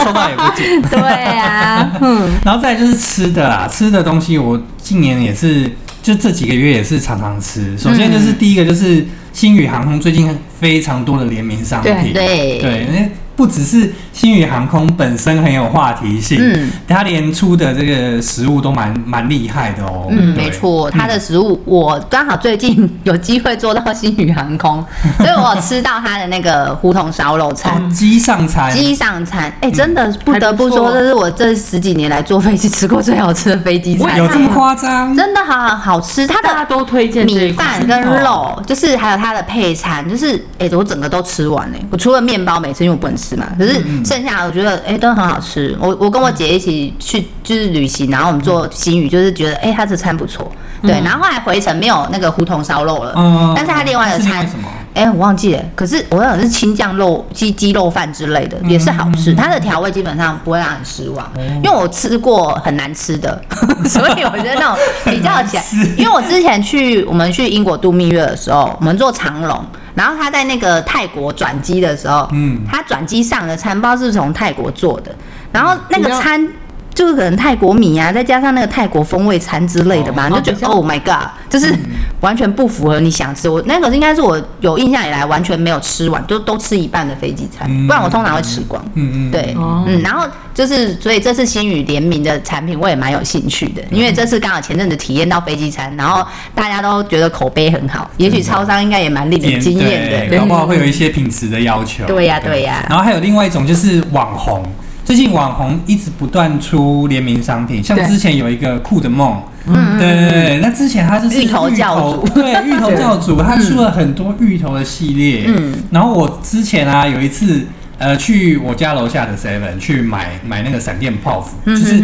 Speaker 1: 抽到也不减。
Speaker 2: 对啊，嗯，
Speaker 1: 然后再来就是吃的啦，吃的东西我近年也是，就这几个月也是常常吃。首先就是第一个就是星宇航空最近非常多的联名商品，
Speaker 2: 对对
Speaker 1: 对，因为不只是星宇航空本身很有话题性，
Speaker 2: 嗯
Speaker 1: 它连出的这个食物都蛮蛮厉害的哦。
Speaker 2: 嗯，
Speaker 1: 对
Speaker 2: 没错，它的食物、我刚好最近 有机会做到星宇航空，所以我有吃到它的那个胡同烧肉餐。
Speaker 1: 哦，鸡上餐，
Speaker 2: 机上餐，哎、
Speaker 1: 嗯
Speaker 2: 真的不得不
Speaker 3: 还
Speaker 2: 说，
Speaker 3: 不错
Speaker 2: 这是我这十几年来坐飞机吃过最好吃的飞机餐，
Speaker 1: 有这么夸张？嗯
Speaker 2: 真的好好吃。它
Speaker 3: 大家
Speaker 2: 的
Speaker 3: 都推荐这
Speaker 2: 米
Speaker 3: 一款
Speaker 2: 饭跟肉，就是还有它的配餐，就是哎、我整个都吃完了。我除了面包没吃，因为我不能吃
Speaker 3: 嗯
Speaker 2: 嘛。可是剩下的我觉得，哎、都很好吃。我我跟我姐一起去就是旅行，然后我们做新宇，就是觉得，哎、她这餐不错。对，
Speaker 3: 嗯
Speaker 2: 然后后来回程没有那个胡同烧肉了，
Speaker 3: 哦
Speaker 1: 嗯
Speaker 2: 但是她另外的
Speaker 1: 是另外
Speaker 2: 餐
Speaker 1: 什么
Speaker 2: 哎、我忘记了。可是我想是青酱肉鸡鸡肉饭之类
Speaker 3: 嗯
Speaker 2: 的，也是好吃。它的调味基本上不会让你失望，
Speaker 3: 哦
Speaker 2: 因为我吃过很难吃的， 所以我觉得那种比较起来， 因为我之前去我们去英国度蜜月的时候，我们坐长龙。然后他在那个泰国转机的时候，
Speaker 1: 嗯
Speaker 2: 他转机上的餐包是从泰国做的，然后那
Speaker 3: 你
Speaker 2: 个
Speaker 3: 知道
Speaker 2: 餐就是可能泰国米啊，再加上那个泰国风味餐之类的吧，你就
Speaker 3: 哦
Speaker 2: 觉
Speaker 3: 比
Speaker 2: 得
Speaker 3: 较
Speaker 2: Oh my god，就是 完全不符合你想吃。我那个应该是我有印象以来完全没有吃完，都都吃一半的飞机餐，
Speaker 1: 嗯
Speaker 2: 不然我通常会吃光。
Speaker 1: 嗯嗯，
Speaker 2: 对，
Speaker 3: 哦
Speaker 2: 嗯，然后就是，所以这次新宇联名的产品我也蛮有兴趣的，因为
Speaker 1: 嗯
Speaker 2: 这次刚好前阵子体验到飞机餐，然后大家都觉得口碑很好，也许超商应该也蛮令人惊艳的。
Speaker 1: 对搞不好会有一些品质的要求。
Speaker 2: 对呀对呀
Speaker 1: 然后还有另外一种就是网红，最近网红一直不断出联名商品，像
Speaker 3: 对
Speaker 1: 之前有一个酷的梦。嗯，对对对，那之前他就是
Speaker 2: 芋头教主
Speaker 1: 芋头对，芋头教主，他出了很多芋头的系列。嗯，然后我之前啊有一次，呃，去我家楼下的 Seven 去买买那个闪电泡芙，就是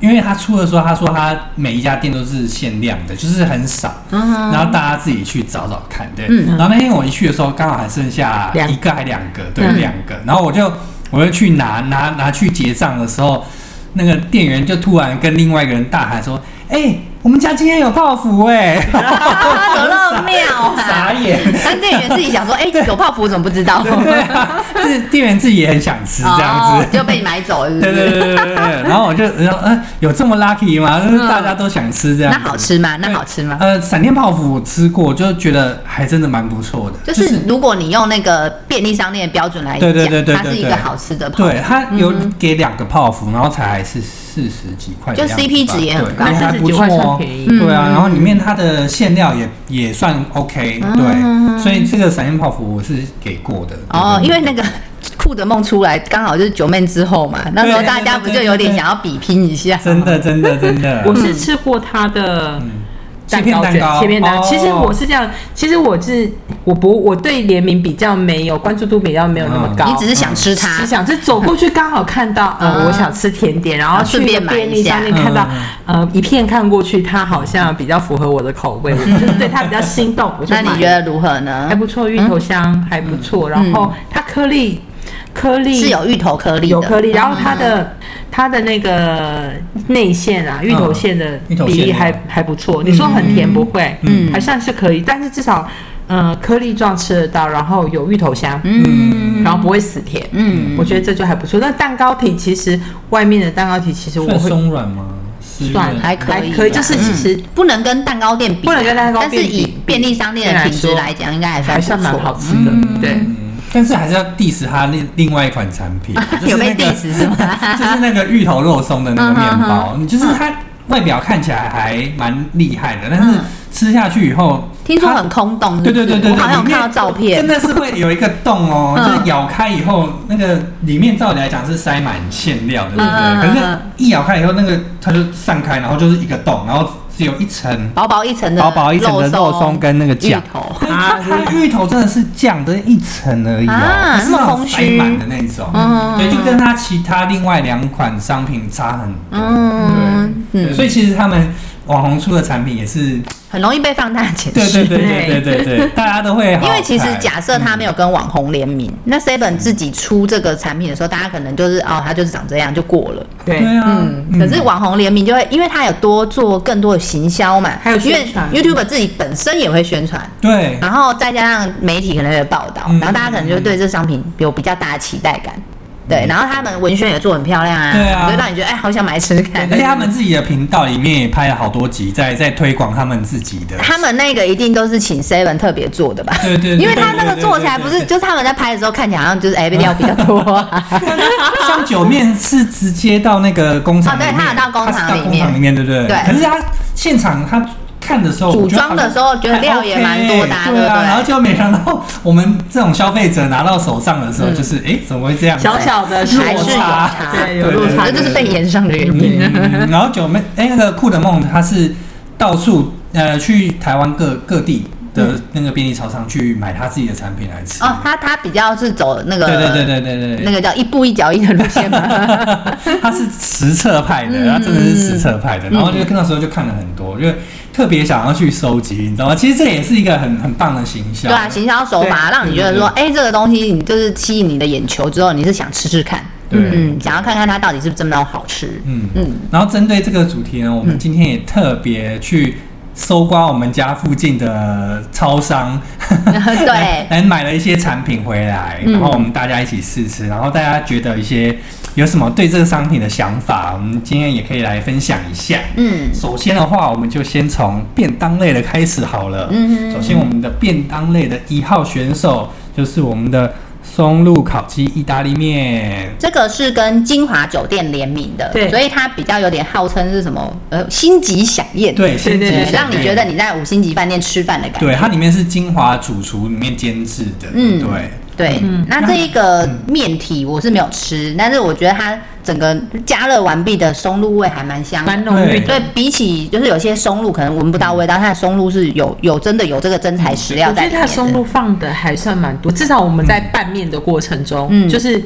Speaker 1: 因为他出的时候，他说他每一家店都是限量的，就是很少，然后大家自己去找找看，对。然后那天我一去的时候，刚好还剩下
Speaker 3: 两
Speaker 1: 一个还嗯两嗯个，对，两个。然后我就我就去拿拿拿去结账的时候，那个店员就突然跟另外一个人大喊说：“哎、我们家今天有泡芙哎、
Speaker 2: 啊，怎么那么妙
Speaker 1: 傻
Speaker 2: 啊！
Speaker 1: 眼。
Speaker 2: 但店员自己想说，哎、有泡芙我怎么不知 道？
Speaker 1: 对啊，这店员自己也很想吃这样
Speaker 2: 哦
Speaker 1: 子，。
Speaker 2: 就被你买走了是 不
Speaker 1: 对
Speaker 2: 是，
Speaker 1: 对对对对对，然后我就然后嗯，有这么 lucky 吗？就是大家都想吃这样
Speaker 2: 嗯那
Speaker 1: 子。
Speaker 2: 好吃吗？那
Speaker 1: 对
Speaker 2: 好吃吗？
Speaker 1: 呃，闪电泡芙我吃过，就觉得还真的蛮不错的，
Speaker 2: 就是如果你用那个便利商店的标准来讲，
Speaker 1: 对对对对
Speaker 2: 它是一
Speaker 1: 对
Speaker 2: 个
Speaker 1: 对
Speaker 2: 好吃的泡芙嗯
Speaker 1: 对，它有给两个泡芙，然后才是四十几块的
Speaker 2: 就
Speaker 1: 样子吧，
Speaker 2: CP 值也很
Speaker 1: 对
Speaker 2: 高嗯
Speaker 3: 那
Speaker 1: 还
Speaker 3: 40
Speaker 1: 不
Speaker 3: 几
Speaker 1: 错
Speaker 3: 块
Speaker 1: 哦
Speaker 3: 算便宜
Speaker 1: 对啊，然后里面它的馅料也也算 OK，对，
Speaker 2: 嗯
Speaker 1: 所以这个闪电泡芙我是给过的。
Speaker 2: 哦，
Speaker 1: 对
Speaker 2: 因为那个酷的梦出来，刚好就是九妹之后嘛，那时候
Speaker 1: 对对
Speaker 2: 大家
Speaker 1: 对
Speaker 2: 不
Speaker 1: 对
Speaker 2: 就有点
Speaker 1: 对
Speaker 2: 想要比拼一下？
Speaker 1: 真的真的真的，
Speaker 3: 我是吃过它的
Speaker 1: 嗯切片蛋糕
Speaker 3: 切片蛋糕。
Speaker 1: 哦
Speaker 3: 其实我是这样，其实我是我不我对联名比较没有关注度比较没有那么高，
Speaker 2: 你只是想吃它嗯
Speaker 3: 只，想哦是走过去刚好看到，呃，我想吃甜点，然后去
Speaker 2: 啊顺便买
Speaker 3: 便
Speaker 2: 一
Speaker 3: 利
Speaker 2: 下
Speaker 3: 商店看到，
Speaker 1: 嗯
Speaker 3: 呃，一片看过去，它好像比较符合我的口 味，我就是对它比较心动，我就
Speaker 2: 那
Speaker 3: 买
Speaker 2: 你
Speaker 3: 了
Speaker 2: 觉得嗯如何呢
Speaker 3: 还？不错，芋头香还不错，然后它颗粒颗粒
Speaker 2: 是有芋头颗粒的，
Speaker 3: 有颗粒，然后它的它的那个内馅啊，芋头馅的
Speaker 1: 芋头
Speaker 3: 比例
Speaker 1: 馅
Speaker 3: 还
Speaker 1: 料
Speaker 3: 还不错。你说很甜不会，
Speaker 1: 嗯
Speaker 3: 还算是可以，但是至少嗯颗粒状吃得到，然后有芋头香，
Speaker 2: 嗯
Speaker 3: 然后不会死甜，
Speaker 2: 嗯，
Speaker 3: 我觉得这就还不错。那蛋糕体其实外面的蛋糕体其实我
Speaker 1: 算
Speaker 3: 会
Speaker 1: 松软吗？是
Speaker 3: 算
Speaker 1: 因为
Speaker 2: 还可以啦，啊
Speaker 3: 还可以就是其实
Speaker 2: 嗯不能跟蛋糕店比啊，
Speaker 3: 不能跟蛋糕
Speaker 2: 但
Speaker 3: 店
Speaker 2: 是
Speaker 3: 比
Speaker 2: 以便利商店的品质来讲，应该还算
Speaker 3: 还
Speaker 2: 不错
Speaker 3: 算蛮好。吃的，对。
Speaker 1: 嗯但是还是要 diss 它另另外一款产 品，就是
Speaker 2: 有
Speaker 1: 那
Speaker 2: 被
Speaker 1: 个
Speaker 2: diss 是吗？
Speaker 1: 就是那个芋头肉松的那个面 包，你就是它外表看起来还蛮厉害的，但是吃下去以后，
Speaker 2: 嗯听说
Speaker 1: 它
Speaker 2: 很空洞是不
Speaker 1: 对
Speaker 2: 是，
Speaker 1: 对对对，
Speaker 2: 我好像有
Speaker 1: 里面
Speaker 2: 看到照
Speaker 1: 真，
Speaker 2: 片
Speaker 1: 的是会有一个洞哦，
Speaker 2: 嗯
Speaker 1: 就是咬开以后，那个里面照理来讲是塞满馅料的，对
Speaker 2: 嗯
Speaker 1: 不对？可
Speaker 2: 嗯
Speaker 1: 是一咬开以后，那个它就散开，然后就是一个洞，然后只有一层
Speaker 2: 薄薄一层的
Speaker 1: 薄薄一层的肉松跟那个
Speaker 2: 芋
Speaker 1: 酱。
Speaker 2: 头，
Speaker 1: 它它的芋头真的是酱的一层而已哦，
Speaker 2: 啊
Speaker 1: 不是
Speaker 2: 那么
Speaker 1: 种
Speaker 2: 空
Speaker 1: 塞
Speaker 2: 虚
Speaker 1: 满的那种，
Speaker 2: 嗯
Speaker 1: 对，就跟它其他另外两款商品差很多，对
Speaker 2: 嗯嗯
Speaker 1: 对，所以其实他们网红出的产品也是，
Speaker 2: 很容易被放大解
Speaker 1: 对
Speaker 2: 释。
Speaker 1: 对对对对对对，大家都会好嗯好
Speaker 2: 因
Speaker 1: 看，
Speaker 2: 为其实假设他没有跟网红联名，那 Seven 自己出这个产品的时候，大家可能就是哦，它就是长这样就过了。
Speaker 3: 对
Speaker 1: 对啊，
Speaker 2: 嗯，可是网红联名就会，因为他有多做更多的行销嘛，
Speaker 3: 还有
Speaker 2: 因为
Speaker 3: 宣传
Speaker 2: YouTube 自己本身也会宣传，
Speaker 1: 对
Speaker 2: 然后再加上媒体可能也报道，
Speaker 1: 嗯
Speaker 2: 然后大家可能就对这商品有比较大的期待感。对，然后他们文宣也做很漂亮啊，
Speaker 1: 对啊
Speaker 2: 就让你觉得哎，好想买来吃吃看。
Speaker 1: 而且他们自己的频道里面也拍了好多集，在在推广他们自己的，
Speaker 2: 他们那个一定都是请 Seven 特别做的吧？
Speaker 1: 对对对
Speaker 2: 因为他那个做起来不
Speaker 1: 对
Speaker 2: 是，
Speaker 1: 对对对
Speaker 2: 就是他们在拍的时候看起来好像就是哎料比较多、啊，
Speaker 1: 像九面是直接到那个工厂
Speaker 2: 哦
Speaker 1: 里
Speaker 2: 对
Speaker 1: 面，
Speaker 2: 他有到工
Speaker 1: 他
Speaker 2: 厂
Speaker 1: 是到
Speaker 2: 里面
Speaker 1: 里面，对不对？
Speaker 2: 对
Speaker 1: 可是他现场他看的时候，
Speaker 2: 组
Speaker 1: 我觉得好像
Speaker 2: 装的时候觉得料也蛮多的啊
Speaker 1: 还 OK，
Speaker 2: 对不对
Speaker 1: 对啊。然后就没想到我们这种消费者拿到手上的时
Speaker 2: 嗯
Speaker 1: 候，就是哎，怎么会这样子？
Speaker 3: 小小的
Speaker 2: 啊还是有差
Speaker 3: 对，有
Speaker 1: 对
Speaker 3: 落
Speaker 1: 对
Speaker 3: 差，
Speaker 2: 这就是被延上的原因。
Speaker 1: 嗯然后九妹哎，那个酷的梦，他是到处呃去台湾各各地。的那个便利超商去买他自己的产品来吃。
Speaker 2: 嗯哦，他他比较是走那个
Speaker 1: 对对对对对对，
Speaker 2: 那个叫一步一脚印的路 线嘛。
Speaker 1: 他是实测派的，
Speaker 2: 嗯
Speaker 1: 他真的是实测派的。然后就那时候就看了很多，就特别想要去收集，你知道吗？其实这也是一个很很棒的形象。
Speaker 2: 对啊，行销手法
Speaker 3: 对
Speaker 2: 让你觉得说，哎、这个东西你就是吸引你的眼球之后，你是想吃吃看，
Speaker 1: 对
Speaker 2: 嗯，想要看看它到底是不是真的好 吃，
Speaker 1: 嗯
Speaker 2: 嗯
Speaker 1: 嗯。然后针对这个主题呢，我们今天也特别去搜刮我们家附近的超商，
Speaker 2: 对 嗯
Speaker 1: 来买了一些产品回来，然后我们大家一起试吃，然后大家觉得一些有什么对这个商品的想法，我们今天也可以来分享一下。
Speaker 2: 嗯，
Speaker 1: 首先的话，我们就先从便当类的开始好了。
Speaker 2: 嗯
Speaker 1: 首先我们的便当类的一号选手就是我们的松露烤鸡意大利面。
Speaker 2: 这个是跟金华酒店联名的，
Speaker 3: 对
Speaker 2: 所以它比较有点号称是什么呃星级飨宴，
Speaker 1: 对，
Speaker 3: 对对
Speaker 1: 先
Speaker 2: 对，
Speaker 1: 介绍
Speaker 2: 让你觉得你在五星级饭店吃饭的感觉。
Speaker 1: 对，它里面是精华主厨里面监制的，
Speaker 2: 嗯
Speaker 1: 对，
Speaker 2: 对，那这一个面体我是没有吃，但是我觉得它整个加热完毕的松露味还蛮香的
Speaker 3: 蛮浓郁的。
Speaker 2: 对比起就是有些松露可能闻不到味道，它的松露是有有真的有这个真材实料
Speaker 3: 我觉
Speaker 2: 在
Speaker 3: 得
Speaker 2: 里
Speaker 3: 它
Speaker 2: 面的
Speaker 3: 的松露放的还算蛮多，至少我们在拌面的过程中，
Speaker 2: 嗯
Speaker 3: 就是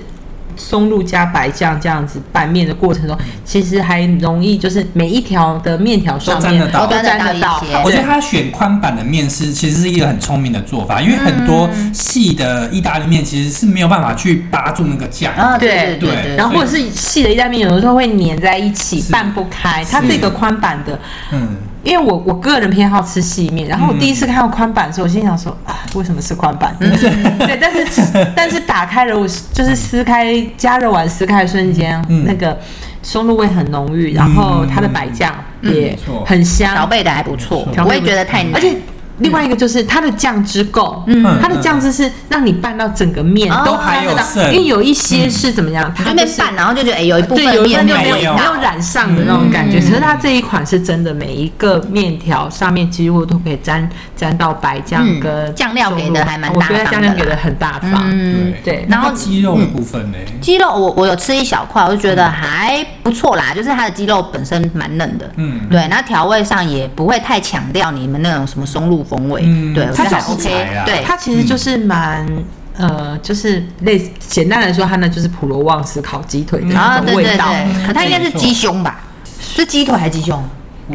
Speaker 3: 松露加白酱这样子拌面的过程中，其实还容易就是每一条的面条上
Speaker 1: 都沾
Speaker 3: 面
Speaker 1: 得到
Speaker 3: 都沾得到
Speaker 2: 都沾得到一些，
Speaker 1: 我觉得他选宽版的面是其实是一个很聪明的做法，因
Speaker 2: 嗯
Speaker 1: 为很多细的意大利面其实是没有办法去扒住那个酱。
Speaker 2: 啊，对
Speaker 3: 对
Speaker 2: 对
Speaker 1: 对
Speaker 3: 然后或者是细的意大利面，有的时候会粘在一起，
Speaker 1: 是
Speaker 3: 拌不开。它
Speaker 1: 是
Speaker 3: 这个宽版的，
Speaker 1: 嗯，
Speaker 3: 因为我我个人偏好吃细面，然后我
Speaker 1: 嗯
Speaker 3: 第一次看到宽版的时候，我心想说啊，为什么是宽版？ 对，但是但是打开了，我 就是撕开加热完撕开的瞬间，
Speaker 1: 嗯
Speaker 3: 那个松露味很浓郁，然后它的白酱也
Speaker 1: 嗯错
Speaker 3: 很
Speaker 2: 调
Speaker 3: 香，
Speaker 2: 备的还不错
Speaker 1: 没，
Speaker 3: 错
Speaker 2: 不会觉得太难，
Speaker 3: 而且。另外一个就是它的酱汁够，
Speaker 1: 嗯
Speaker 3: 它的酱汁是让你拌到整个面
Speaker 2: 哦
Speaker 3: 都
Speaker 2: 都
Speaker 1: 还有
Speaker 3: 沾得到
Speaker 1: 剩
Speaker 3: 因为有一些是怎么样，它
Speaker 2: 就
Speaker 3: 就
Speaker 2: 被
Speaker 3: 是
Speaker 2: 拌，然后就觉得哎、有一部
Speaker 3: 对，
Speaker 2: 分
Speaker 3: 有一
Speaker 2: 面
Speaker 3: 种就
Speaker 2: 没嗯
Speaker 3: 没
Speaker 1: 有
Speaker 3: 有
Speaker 2: 味
Speaker 3: 没
Speaker 1: 味
Speaker 2: 道
Speaker 1: 道
Speaker 3: 有染上的那种感觉。可是它这一款是真的，每一个面条上面几乎都可以沾沾到白酱
Speaker 2: 嗯
Speaker 3: 跟
Speaker 2: 酱料给的还蛮
Speaker 3: 我觉得
Speaker 2: 大方
Speaker 3: 酱
Speaker 2: 的
Speaker 3: 料
Speaker 2: 啦
Speaker 3: 给的很大方。
Speaker 2: 嗯，
Speaker 1: 对。
Speaker 3: 对，
Speaker 2: 然后
Speaker 1: 那鸡肉的部分呢？
Speaker 2: 鸡肉我我有吃一小块，我就觉得还不错啦，就是它的鸡肉本身蛮嫩的。
Speaker 1: 嗯，
Speaker 2: 对，那调味上也不会太强调你们那种什么松露风味，
Speaker 1: 嗯
Speaker 2: 对，我觉得
Speaker 3: 它
Speaker 2: 还
Speaker 3: 就是啊
Speaker 2: OK
Speaker 1: 材啦。
Speaker 2: 对，
Speaker 3: 它其实就是蛮。呃，就是类似简单来说，它那就是普罗旺斯烤鸡腿的
Speaker 2: 啊，对
Speaker 3: 那种
Speaker 2: 对
Speaker 3: 味道。
Speaker 2: 对，可它应该是鸡胸吧？是鸡腿还是鸡胸？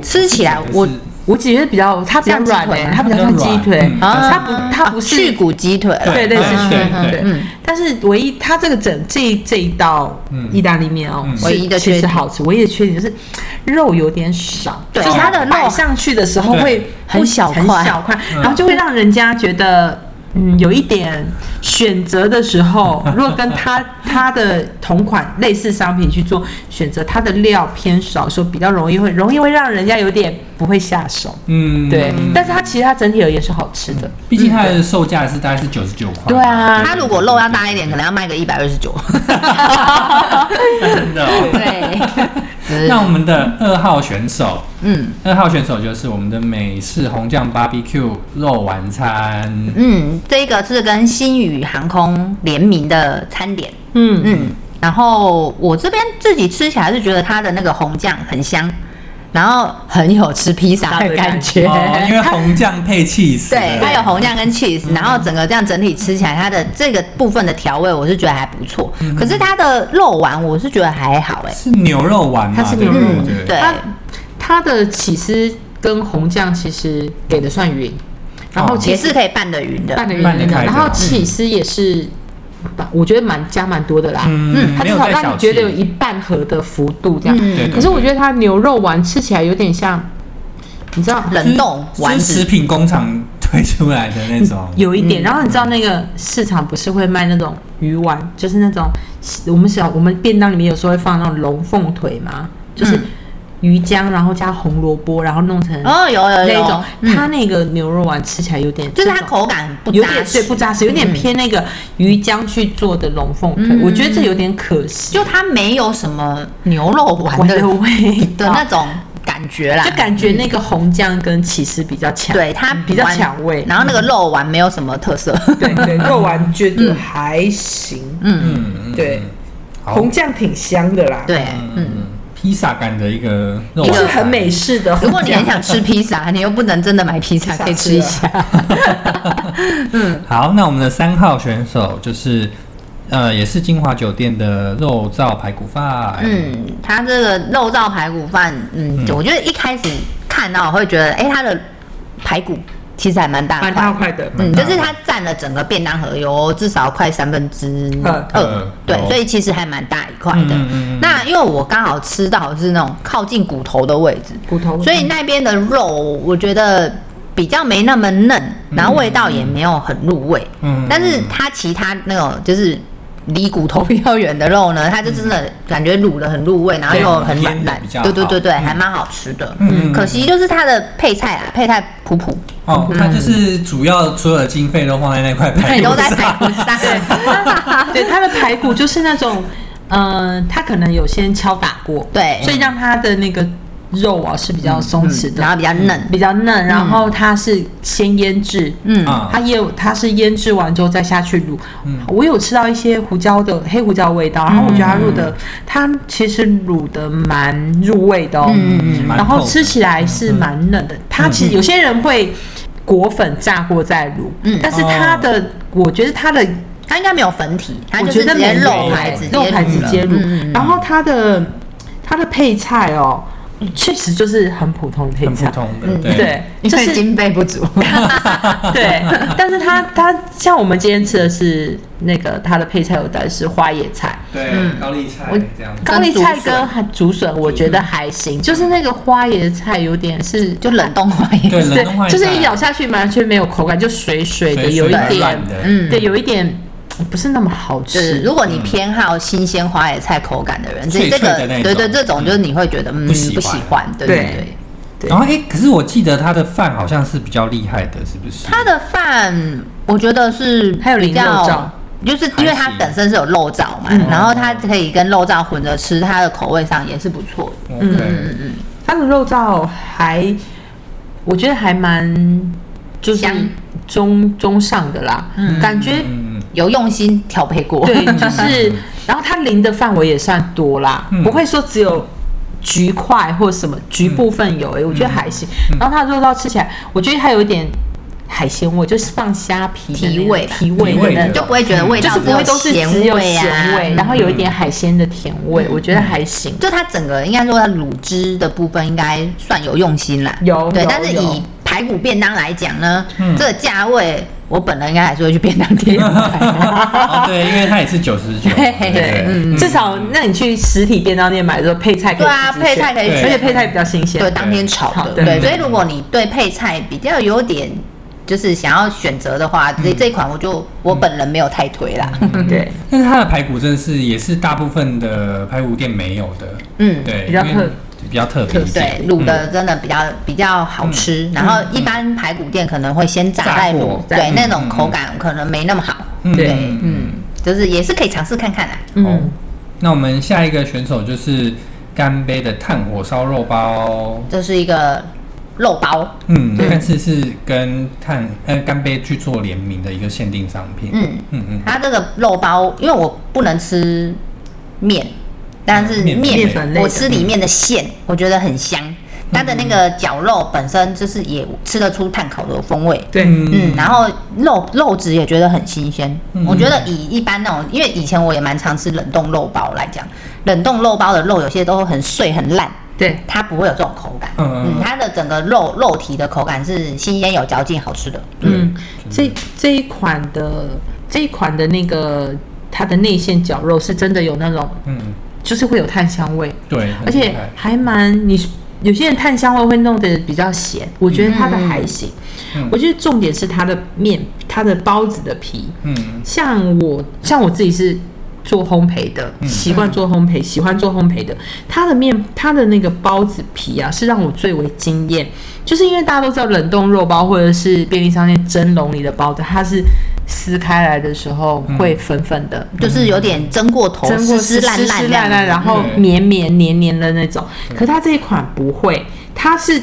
Speaker 2: 吃起来我
Speaker 3: 我觉得比较它比较
Speaker 2: 像鸡
Speaker 3: 软
Speaker 2: 腿
Speaker 3: 诶，
Speaker 2: 吗
Speaker 3: 它比较像鸡腿
Speaker 1: 比，较
Speaker 2: 软
Speaker 3: 它
Speaker 2: 嗯
Speaker 3: 不它不
Speaker 2: 去
Speaker 3: 是
Speaker 2: 骨鸡腿了。
Speaker 3: 对
Speaker 1: 对
Speaker 3: 类似
Speaker 1: 对
Speaker 3: 去
Speaker 1: 对啊对
Speaker 3: 对
Speaker 2: 嗯，
Speaker 3: 但是唯一它这个整这一这一道
Speaker 1: 嗯
Speaker 3: 意大利面哦
Speaker 1: 嗯，
Speaker 3: 是
Speaker 2: 唯一的缺点
Speaker 3: 其实好吃，唯一的缺点就是肉有点少，
Speaker 2: 对
Speaker 3: 就是
Speaker 2: 它的肉
Speaker 3: 摆上去的时候
Speaker 1: 对
Speaker 3: 会
Speaker 2: 很小
Speaker 3: 很
Speaker 2: 块
Speaker 3: 小块，
Speaker 1: 嗯
Speaker 3: 然后就会让人家觉得。嗯，有一点选择的 时候，如果跟它它的同款类似商品去做选择，它的料偏少，说比较容易会容易会让人家有点不会下手。
Speaker 1: 嗯，
Speaker 3: 对，但是它其实它整体而言是好吃的。
Speaker 1: 毕竟它的售价是大概是九十九块。
Speaker 3: 对啊
Speaker 2: 嗯它如果肉要大一点，可能要卖个一百二十九。
Speaker 1: 真的哦。
Speaker 2: 对，
Speaker 3: 嗯
Speaker 1: 那我们的二号选手，
Speaker 2: 嗯
Speaker 1: 二号选手就是我们的美式红酱 BBQ 肉丸餐。
Speaker 2: 嗯，这个是跟新宇航空联名的餐点。
Speaker 3: 嗯
Speaker 2: 嗯，然后我这边自己吃起来是觉得它的那个红酱很香，然后很有吃披萨的感觉。
Speaker 1: 哦，因为红酱配 cheese，
Speaker 2: 对，它有红酱跟
Speaker 3: 嗯
Speaker 2: cheese，然后整个这样整体吃起来，它的这个部分的调味我是觉得还不错，
Speaker 3: 嗯
Speaker 2: 可是它的肉丸我是觉得还好哎、
Speaker 1: 是牛肉丸嘛？
Speaker 3: 它是牛肉
Speaker 1: 对
Speaker 3: 丸
Speaker 1: 不对
Speaker 2: 嗯，对
Speaker 3: 它它的起司跟红酱其实给的算匀，然后
Speaker 1: 哦
Speaker 2: 也
Speaker 3: 起司
Speaker 2: 是可以拌的匀的，
Speaker 3: 拌的匀嗯
Speaker 1: 拌得
Speaker 3: 那个，
Speaker 1: 开的
Speaker 3: 然后起司也是，我觉得蛮加蛮多的啦。
Speaker 1: 嗯
Speaker 3: 它
Speaker 1: 没
Speaker 3: 至
Speaker 1: 有
Speaker 3: 少
Speaker 1: 太
Speaker 3: 让
Speaker 1: 小
Speaker 3: 你觉
Speaker 1: 气
Speaker 3: 得有一半盒的幅度这样。
Speaker 2: 嗯
Speaker 1: 对对
Speaker 3: 可是我觉得它牛肉丸吃起来有点像，你知道
Speaker 2: 冷冻丸
Speaker 1: 是食
Speaker 2: 子。
Speaker 1: 品工厂推出来的那种，
Speaker 3: 有一点，然后你知道那个市场不是会卖那种鱼丸，就是那种我们小我们便当里面有时候会放那种龙凤腿嘛，就是
Speaker 2: 嗯
Speaker 3: 鱼浆，然后加红萝卜，然后弄成
Speaker 2: 哦，有有
Speaker 3: 那
Speaker 2: 有，
Speaker 3: 种，
Speaker 2: 嗯，
Speaker 3: 它那个牛肉丸吃起来有点这
Speaker 2: 就
Speaker 3: 种，
Speaker 2: 是它口感不
Speaker 3: 有
Speaker 2: 扎
Speaker 3: 点
Speaker 2: 实
Speaker 3: 对，不扎实，有点
Speaker 2: 嗯
Speaker 3: 偏那个鱼浆去做的龙凤腿，
Speaker 2: 嗯
Speaker 3: 我觉得这有点可惜，
Speaker 2: 就它没有什么牛肉丸
Speaker 3: 丸
Speaker 2: 的
Speaker 3: 的味
Speaker 2: 的那
Speaker 3: 道，
Speaker 2: 种感觉啦，
Speaker 3: 就感觉那个红酱跟起司比较强，嗯
Speaker 2: 对它
Speaker 3: 比较
Speaker 2: 完
Speaker 3: 抢味
Speaker 2: 嗯然后那个肉丸没有什么特色，
Speaker 3: 对对，肉丸觉得还行，
Speaker 2: 嗯，
Speaker 1: 嗯，嗯
Speaker 3: 对，
Speaker 1: 好
Speaker 3: 酱挺香的啦
Speaker 2: 对，嗯，
Speaker 1: 嗯，披萨感的一个肉
Speaker 3: 就
Speaker 1: 丸
Speaker 3: 是很美式的。
Speaker 2: 如果你很想吃披萨，你又不能真的买披萨，可以吃一下。
Speaker 1: 好，那我们的三号选手就是，呃，也是金华酒店的肉燥排骨饭。，
Speaker 2: 嗯，它这个肉燥排骨饭，嗯，我觉得一开始看到会觉得，哎、它的排骨其实还蛮大
Speaker 3: 蛮
Speaker 2: 块
Speaker 3: 大
Speaker 2: 的。
Speaker 3: 块的，
Speaker 2: 嗯，
Speaker 1: 蛮
Speaker 2: 就
Speaker 1: 大
Speaker 2: 是它占了整个便当盒，有至少快三分之
Speaker 3: 二
Speaker 2: 二，对，
Speaker 1: 有
Speaker 2: 所以其实还蛮大一块的。
Speaker 1: 嗯嗯嗯嗯
Speaker 2: 那因为我刚好吃到是那种靠近骨头的位置，
Speaker 3: 骨头，
Speaker 2: 所以那边的肉我觉得比较没那么嫩，
Speaker 3: 嗯
Speaker 2: 然后味道也没有很入味。
Speaker 1: 嗯
Speaker 2: 但是它其他那种就是离骨头比较远的肉呢，它就真的感觉卤的很入味，然后又很软烂
Speaker 1: 对腌得比较，好
Speaker 2: 对对对对，还蛮好吃的。
Speaker 1: 嗯嗯嗯
Speaker 2: 可惜就是它的配菜啊，配菜普普，
Speaker 1: 哦，它就是主要所有的经费都放在那块
Speaker 3: 哎
Speaker 1: 排骨
Speaker 2: 都
Speaker 1: 上。
Speaker 2: 在
Speaker 3: 啊
Speaker 2: 排骨上。
Speaker 3: 对它的排骨就是那种，嗯，它可能有先敲打过，
Speaker 2: 对
Speaker 3: 所以让它的那个肉啊是比较松弛的，
Speaker 2: 然后比较嫩，
Speaker 3: 比较嫩，然后它是先腌制，
Speaker 2: 嗯
Speaker 1: 啊
Speaker 3: 它也有它是腌制完之后再下去卤。我有吃到一些胡椒的黑胡椒味道，然后我觉得它卤
Speaker 2: 嗯
Speaker 3: 的，它其实卤的蛮入味的哦，
Speaker 2: 嗯
Speaker 1: 嗯蛮
Speaker 3: 然后
Speaker 1: 透的
Speaker 3: 吃起来是蛮嫩的。它其实有些人会果粉炸过再卤，
Speaker 2: 嗯
Speaker 3: 但是它的、我觉得它的
Speaker 2: 它应该没有粉体，它
Speaker 3: 我
Speaker 2: 就
Speaker 3: 觉
Speaker 2: 是
Speaker 3: 得
Speaker 2: 直接
Speaker 3: 没有哎
Speaker 2: 肉排直接
Speaker 3: 肉排直接
Speaker 2: 卤
Speaker 3: 卤，
Speaker 2: 了嗯嗯嗯
Speaker 3: 然后它的它的配菜哦，确实就是很普通的配
Speaker 1: 很普
Speaker 3: 菜，
Speaker 1: 通的，
Speaker 2: 嗯
Speaker 1: 对，
Speaker 3: 对，
Speaker 2: 因
Speaker 3: 就
Speaker 2: 为
Speaker 3: 是
Speaker 2: 经费不足。
Speaker 3: 对，但是它它像我们今天吃的是那个它的配菜有带是花野菜。
Speaker 1: 对，高丽菜这样。
Speaker 3: 高丽菜跟还竹笋，我觉得还行，就是那个花椰菜有点是
Speaker 2: 就冷冻化也
Speaker 1: 对，
Speaker 2: 是
Speaker 1: 冷冻坏蛋
Speaker 3: 对，就是一咬下去完全没有口感，就水水的，
Speaker 1: 水
Speaker 3: 有一
Speaker 1: 水
Speaker 3: 点
Speaker 1: 软，的
Speaker 2: 嗯
Speaker 3: 对，有一点不是那么好
Speaker 2: 就是
Speaker 3: 吃。
Speaker 2: 如果你偏好新鲜花野菜口感的人，这
Speaker 1: 嗯脆
Speaker 2: 这
Speaker 1: 脆
Speaker 2: 个
Speaker 1: 的那
Speaker 2: 对对，
Speaker 1: 种
Speaker 2: 这种就是你会觉得嗯
Speaker 1: 不喜欢
Speaker 2: 不喜欢，对对
Speaker 3: 对
Speaker 2: 对。
Speaker 3: 对
Speaker 1: 然后哎、诶可是我记得他的饭好像是比较厉害的，是不是？
Speaker 2: 它的饭我觉得是
Speaker 3: 还有
Speaker 2: 比
Speaker 3: 淋肉
Speaker 2: 较
Speaker 3: 燥。
Speaker 2: 就是因为它
Speaker 1: 还行嗯
Speaker 2: 本身是有肉燥嘛，然后它可以跟肉燥混着吃，它的口味上也是不错的。
Speaker 1: OK，嗯
Speaker 3: 它的肉燥还，我觉得还蛮就是
Speaker 2: 香
Speaker 3: 中中上的啦，感觉
Speaker 1: 嗯
Speaker 2: 有用心调配过，
Speaker 3: 对，就是，然后它淋的范围也算多啦，
Speaker 1: 嗯
Speaker 3: 不会说只有局块或什么局部分有、欸，
Speaker 1: 嗯
Speaker 3: 我觉得还行。然后它的肉燥吃起来，我觉得它有一点海鲜味，就是放虾皮的那
Speaker 2: 提
Speaker 3: 种
Speaker 2: 味吧
Speaker 3: 提味
Speaker 1: 提味嗯
Speaker 3: 的
Speaker 1: 的
Speaker 3: 那
Speaker 2: 就
Speaker 3: 种
Speaker 2: 不。会觉
Speaker 1: 嗯
Speaker 2: 得味
Speaker 3: 就
Speaker 2: 道
Speaker 3: 是不会都是
Speaker 2: 咸
Speaker 3: 只有咸
Speaker 2: 啊，
Speaker 3: 味，然后有一点海鲜的甜味，
Speaker 1: 嗯
Speaker 3: 我觉得还行。
Speaker 2: 就它整个应该说它卤汁的部分应该算有用心啦，
Speaker 3: 有
Speaker 2: 对，
Speaker 3: 有
Speaker 2: 但是
Speaker 3: 有
Speaker 2: 以排骨便当来讲呢，
Speaker 1: 嗯
Speaker 2: 这个价位我本人应该还是会去便当 店买。
Speaker 1: 哦对，因为它也是九十九，
Speaker 2: 对
Speaker 1: 对，
Speaker 3: 对，至少那你去实体便当店买的时候，配菜可以
Speaker 2: 对啊
Speaker 3: 自己选
Speaker 2: 配菜可以
Speaker 1: 选
Speaker 3: 而且配菜比较新鲜。
Speaker 2: 对，当天炒
Speaker 3: 炒
Speaker 2: 的，
Speaker 3: 的
Speaker 2: 对，
Speaker 1: 嗯
Speaker 2: 所以如果你对配菜比较有点就是想要选择的话，
Speaker 1: 嗯
Speaker 2: 这这一款我就我本人没有太推啦。
Speaker 3: 嗯对，
Speaker 1: 但是它的排骨真的是也是大部分的排骨店没有的，
Speaker 2: 嗯，
Speaker 1: 对，
Speaker 3: 比较
Speaker 1: 因为
Speaker 3: 特
Speaker 1: 比较特别一点
Speaker 2: 对，，卤
Speaker 1: 嗯
Speaker 2: 的真的比较比较好吃，然后一般排骨店可能会先炸
Speaker 1: 炸
Speaker 2: 再卤
Speaker 1: 过，
Speaker 2: 对，
Speaker 1: 嗯
Speaker 2: 那种
Speaker 1: 嗯
Speaker 2: 口感可能没那么好。
Speaker 1: 嗯
Speaker 2: 对，
Speaker 1: 嗯
Speaker 2: 嗯，就是也是可以尝试看看啦。
Speaker 1: 哦
Speaker 3: 嗯，，
Speaker 1: 那我们下一个选手就是干杯的炭火烧肉包，
Speaker 2: 这是一个肉包，
Speaker 1: 嗯，但是是跟炭呃干杯去做联名的一个限定商品，
Speaker 2: 嗯，
Speaker 1: 嗯嗯，
Speaker 2: 它这个肉包，因为我不能吃面，但是
Speaker 1: 面
Speaker 2: 面
Speaker 1: 面
Speaker 3: 粉类的
Speaker 2: 我吃里面的馅，我觉得很香。它的那个绞肉本身就是也吃得出碳烤的风味，
Speaker 3: 对，
Speaker 2: 嗯，然后肉肉质也觉得很新鲜。
Speaker 1: 嗯
Speaker 2: 我觉得以一般那种，因为以前我也蛮常吃冷冻肉包来讲，冷冻肉包的肉有些都很碎很烂，
Speaker 3: 对，
Speaker 2: 它不会有这种口感。
Speaker 1: 嗯嗯嗯
Speaker 2: 它的整个肉肉体的口感是新鲜有嚼劲，好吃的。
Speaker 3: 嗯，这这一款的这一款的那个它的内馅绞肉是真的有那种，
Speaker 1: 嗯，
Speaker 3: 就是会有炭香味，
Speaker 1: 对，很
Speaker 3: 而
Speaker 1: 厉
Speaker 3: 且
Speaker 1: 害
Speaker 3: 还蛮你有些人炭香味会弄得比较咸，我觉得它的还行。
Speaker 1: 嗯
Speaker 3: 我觉得重点是它的面，它的包子的皮，
Speaker 1: 嗯
Speaker 3: 像我像我自己是做烘焙的，习惯做烘焙，喜欢做烘焙的。它的面，它的那个包子皮啊，是让我最为惊艳，就是因为大家都知道冷冻肉包或者是便利商店蒸笼里的包子，它是撕开来的时候会粉粉的。
Speaker 2: 就是有点蒸过头，
Speaker 3: 蒸过
Speaker 2: 湿湿烂烂
Speaker 3: 湿
Speaker 2: 这
Speaker 3: 烂
Speaker 2: 样
Speaker 3: 烂，
Speaker 2: 子
Speaker 3: 然后
Speaker 1: 对
Speaker 3: 绵绵黏黏的那种。可它这一款不会，它是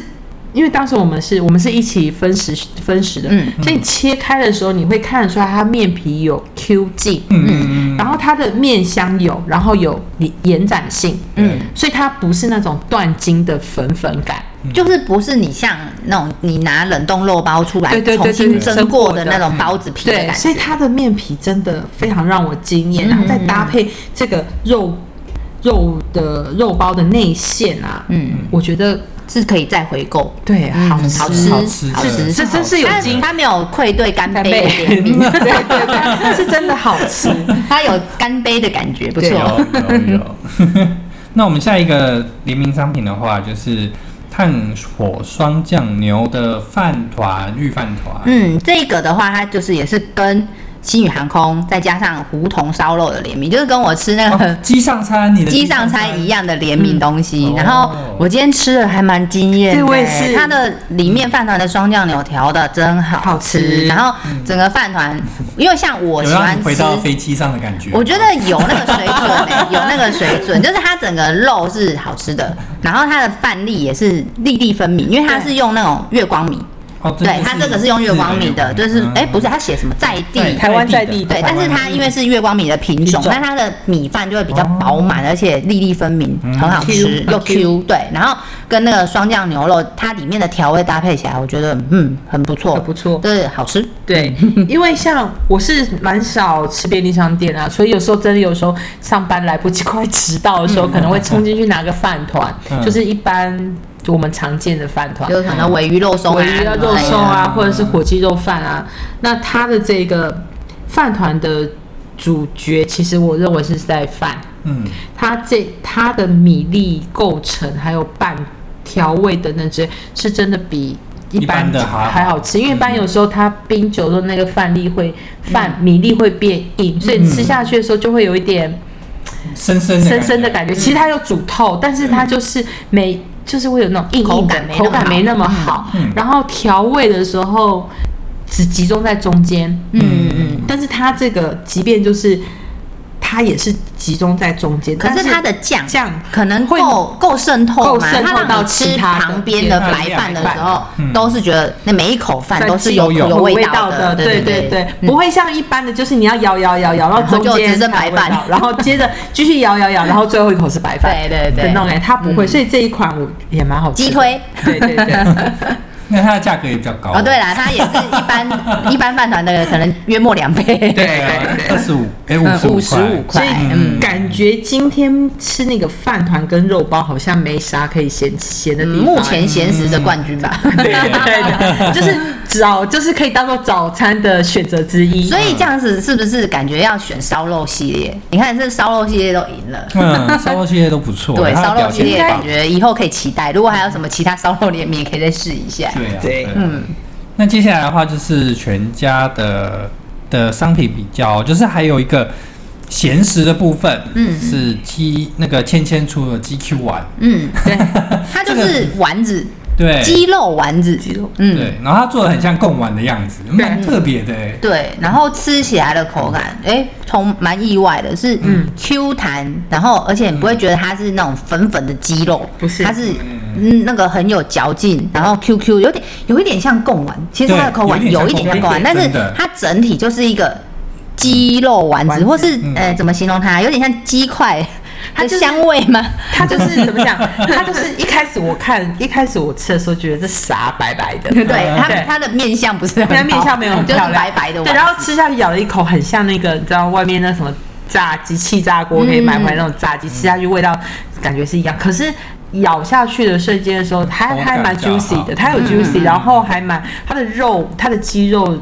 Speaker 3: 因为当时我们是我们是一起分食分食的，
Speaker 2: 嗯
Speaker 3: 所以切开的时候你会看得出来它面皮有 Q 劲，
Speaker 1: 嗯嗯
Speaker 3: 然后它的面香有，然后有延展性，
Speaker 1: 嗯，
Speaker 3: 所以它不是那种断筋的粉粉感。
Speaker 2: 就是不是你像那种你拿冷冻肉包出来
Speaker 3: 对对对
Speaker 2: 重新
Speaker 3: 对
Speaker 2: 蒸
Speaker 3: 蒸
Speaker 2: 过
Speaker 3: 过
Speaker 2: 的
Speaker 3: 的
Speaker 2: 那种包子皮的
Speaker 3: 对，
Speaker 2: 感
Speaker 3: 所以
Speaker 2: 觉，
Speaker 3: 它的面皮真的非常让我惊艳，
Speaker 2: 嗯
Speaker 3: 然后再搭配这个肉肉的肉包的内馅啊，
Speaker 2: 嗯，
Speaker 3: 我觉得
Speaker 2: 是可以再回购。
Speaker 3: 对，好
Speaker 2: 嗯
Speaker 3: 吃，
Speaker 2: 好吃，
Speaker 1: 好吃
Speaker 2: 好
Speaker 1: 真
Speaker 2: 吃，
Speaker 1: 的
Speaker 3: 这真是有
Speaker 2: 但
Speaker 3: 经
Speaker 2: 他没有愧对干
Speaker 3: 干
Speaker 2: 杯的怜
Speaker 3: 贝，
Speaker 2: 悯，
Speaker 3: 对对对，它是真的好 吃。
Speaker 2: 他有干杯的感觉，不
Speaker 3: 对哦
Speaker 2: 错。
Speaker 1: 有有有。 那我们下一个联名商品的话，就是炭火双酱牛的饭团绿饭团。
Speaker 2: 嗯，这个的话，它就是也是跟星宇航空再加上胡同烧肉的联名，就是跟我吃那 个
Speaker 1: 哦鸡上餐，你的
Speaker 2: 机上餐一样的联名东西。
Speaker 1: 嗯
Speaker 2: 然后
Speaker 1: 哦
Speaker 2: 我今天吃的还蛮惊艳的，
Speaker 3: 对我也是
Speaker 2: 它的里面饭团的双酱牛调的真好
Speaker 3: 好吃
Speaker 2: 然后整个饭团，因为像我
Speaker 1: 嗯有
Speaker 2: 喜
Speaker 1: 让
Speaker 2: 欢
Speaker 1: 你
Speaker 2: 吃
Speaker 1: 回。到飞机上的感觉。
Speaker 2: 我觉得有那个水准、 欸，有那个水准，就是它整个肉是好吃的，然后它的饭粒也是粒粒分明，因为它是用那种月光米，
Speaker 1: 哦，
Speaker 2: 对，它这个是用月光米
Speaker 1: 嗯
Speaker 2: 的，就是哎、不是，
Speaker 1: 它
Speaker 2: 它写什么在地
Speaker 3: 台湾在地
Speaker 2: 对，但是它因为是月光米的品种，那它的米饭就会比较饱满，而且粒粒分明，很好吃，
Speaker 3: Q，
Speaker 2: 又
Speaker 3: 很 Q
Speaker 2: Q。对，然后跟那个双酱牛肉，它里面的调味搭配起来，我觉得嗯很不错，
Speaker 3: 很不错
Speaker 2: 对，好吃。
Speaker 3: 对，因为像我是蛮少吃便利商店啊，所以有时候真的有时候上班来不及快迟到的时
Speaker 2: 嗯
Speaker 3: 候，可能会冲进去拿个饭团，
Speaker 1: 嗯
Speaker 3: 就是一般我们常见的饭团
Speaker 2: 就，是可能尾鱼肉松啊，
Speaker 3: 尾鱼啊、肉
Speaker 2: 之类
Speaker 3: 松
Speaker 2: 的
Speaker 3: 啊，或者是火鸡肉饭啊。那它的这个饭团的主角，其实我认为是在饭，
Speaker 1: 嗯，
Speaker 3: 它这它的米粒构成还有拌调味等等之类，是真的比。一
Speaker 1: 一般的还好
Speaker 3: 还好吃，因为一般有时候它冰久了，那个饭粒会饭米粒会嗯变硬，所以吃下去的时候就会有一点
Speaker 1: 深深的
Speaker 3: 深深的感觉。其实它有煮透，但是它就是没，就是会有那种硬
Speaker 2: 口
Speaker 3: 硬
Speaker 2: 感
Speaker 3: 感，
Speaker 2: 没那么
Speaker 3: 口感没那么好。嗯然后调味的时候只集中在中间，
Speaker 2: 嗯嗯。
Speaker 3: 但是它这个即便就是它也是集中在中间，
Speaker 2: 可
Speaker 3: 但
Speaker 2: 是它的酱
Speaker 3: 酱
Speaker 2: 可能
Speaker 3: 会
Speaker 2: 够够渗透
Speaker 3: 够
Speaker 2: 嘛，
Speaker 3: 渗透
Speaker 2: 它让
Speaker 3: 到
Speaker 2: 你吃
Speaker 3: 其他的
Speaker 2: 旁边的白饭的时候，
Speaker 1: 嗯
Speaker 2: 都是觉得那每一口饭都是有
Speaker 1: 都有
Speaker 2: 有味
Speaker 3: 道
Speaker 2: 的，
Speaker 3: 对
Speaker 2: 对
Speaker 3: 对，
Speaker 2: 嗯
Speaker 3: 不会像一般的，就是你要摇摇摇摇，
Speaker 2: 然后
Speaker 3: 到中
Speaker 2: 就
Speaker 3: 间
Speaker 2: 只剩白饭
Speaker 3: 才有味道然后接着继续摇摇 摇，然后最后一口是白饭，
Speaker 2: 对对对嗯
Speaker 3: 的那种感觉，它不会，所以这一款我也蛮好吃的，
Speaker 2: 鸡腿
Speaker 3: 对 对对，
Speaker 1: 那它的价格也比较高
Speaker 2: 哦，对啦，它也是一般一般饭团的可能约莫两倍，
Speaker 1: 对啊，二十五哎五十
Speaker 2: 五十
Speaker 1: 块
Speaker 2: 五，块，嗯
Speaker 1: 嗯，
Speaker 3: 感觉今天吃那个饭团跟肉包好像没啥可以嫌嫌的地
Speaker 2: 嗯
Speaker 3: 方。
Speaker 2: 目前咸食的冠军吧。
Speaker 1: 嗯
Speaker 3: 对对对，就是早就是可以当做早餐的选择之一。
Speaker 2: 所以这样子是不是感觉要选烧肉系列？你看这烧肉系列都赢了，
Speaker 1: 嗯，烧肉系列都不错，
Speaker 2: 对，
Speaker 1: 它的
Speaker 2: 烧肉
Speaker 1: 表
Speaker 2: 系
Speaker 1: 现
Speaker 2: 列
Speaker 1: 棒
Speaker 2: 感觉以后可以期待。如果还有什么其他烧肉联名，也可以再试一下。
Speaker 1: 对啊，
Speaker 3: 对
Speaker 1: 嗯。那接下来的话就是全家的的商品比较，就是还有一个咸食的部分，嗯，是 G 那个芊芊出的 GQ 丸，
Speaker 2: 嗯，
Speaker 3: 对，
Speaker 2: 它就是丸子，
Speaker 1: 对，
Speaker 2: 鸡肉丸子，
Speaker 3: 鸡肉
Speaker 2: 嗯，
Speaker 1: 对，然后它做的很像贡丸的样子，蛮特别的、欸，
Speaker 2: 对，然后吃起来的口感，
Speaker 3: 嗯
Speaker 2: 哎，从蛮意外的，是 Q 弹，然后而且你不会觉得它是那种粉粉的鸡肉，
Speaker 3: 不是
Speaker 2: 它是嗯那个很有嚼劲，然后 QQ 有点有一点像贡丸，其实它的
Speaker 1: 对
Speaker 2: 口感
Speaker 1: 有
Speaker 2: 有
Speaker 1: 一
Speaker 2: 一
Speaker 1: 点
Speaker 2: 点
Speaker 1: 像
Speaker 2: 像贡
Speaker 1: 贡
Speaker 2: 丸，但
Speaker 1: 丸
Speaker 2: 是
Speaker 1: 真的
Speaker 2: 它整体就是一个鸡肉丸
Speaker 3: 丸
Speaker 2: 子，
Speaker 3: 子
Speaker 2: 或是
Speaker 1: 嗯
Speaker 2: 呃怎么形容它，有点像鸡块
Speaker 3: 它
Speaker 2: 的
Speaker 3: 就是
Speaker 2: 香味吗？
Speaker 3: 它就是怎么讲？它就是一开始我看，一开始我吃的时候觉得这啥白白 的，
Speaker 2: 对，它
Speaker 3: 对
Speaker 2: 它的面相不是很
Speaker 3: 它面
Speaker 2: 好
Speaker 3: 相没有很
Speaker 2: 就是
Speaker 3: 漂亮，
Speaker 2: 白白的丸
Speaker 3: 对，
Speaker 2: 子，
Speaker 3: 然后吃下去咬了一口，很像那个你知道外面那什么炸鸡、气炸锅可以买回来那种炸鸡，吃下去味道感觉是一样，可是。咬下去的瞬间的时候，它
Speaker 1: 口感
Speaker 3: 它还蛮
Speaker 1: 比较好嗯
Speaker 3: juicy 的，它有 juicy，、然后还蛮它的肉，它的鸡肉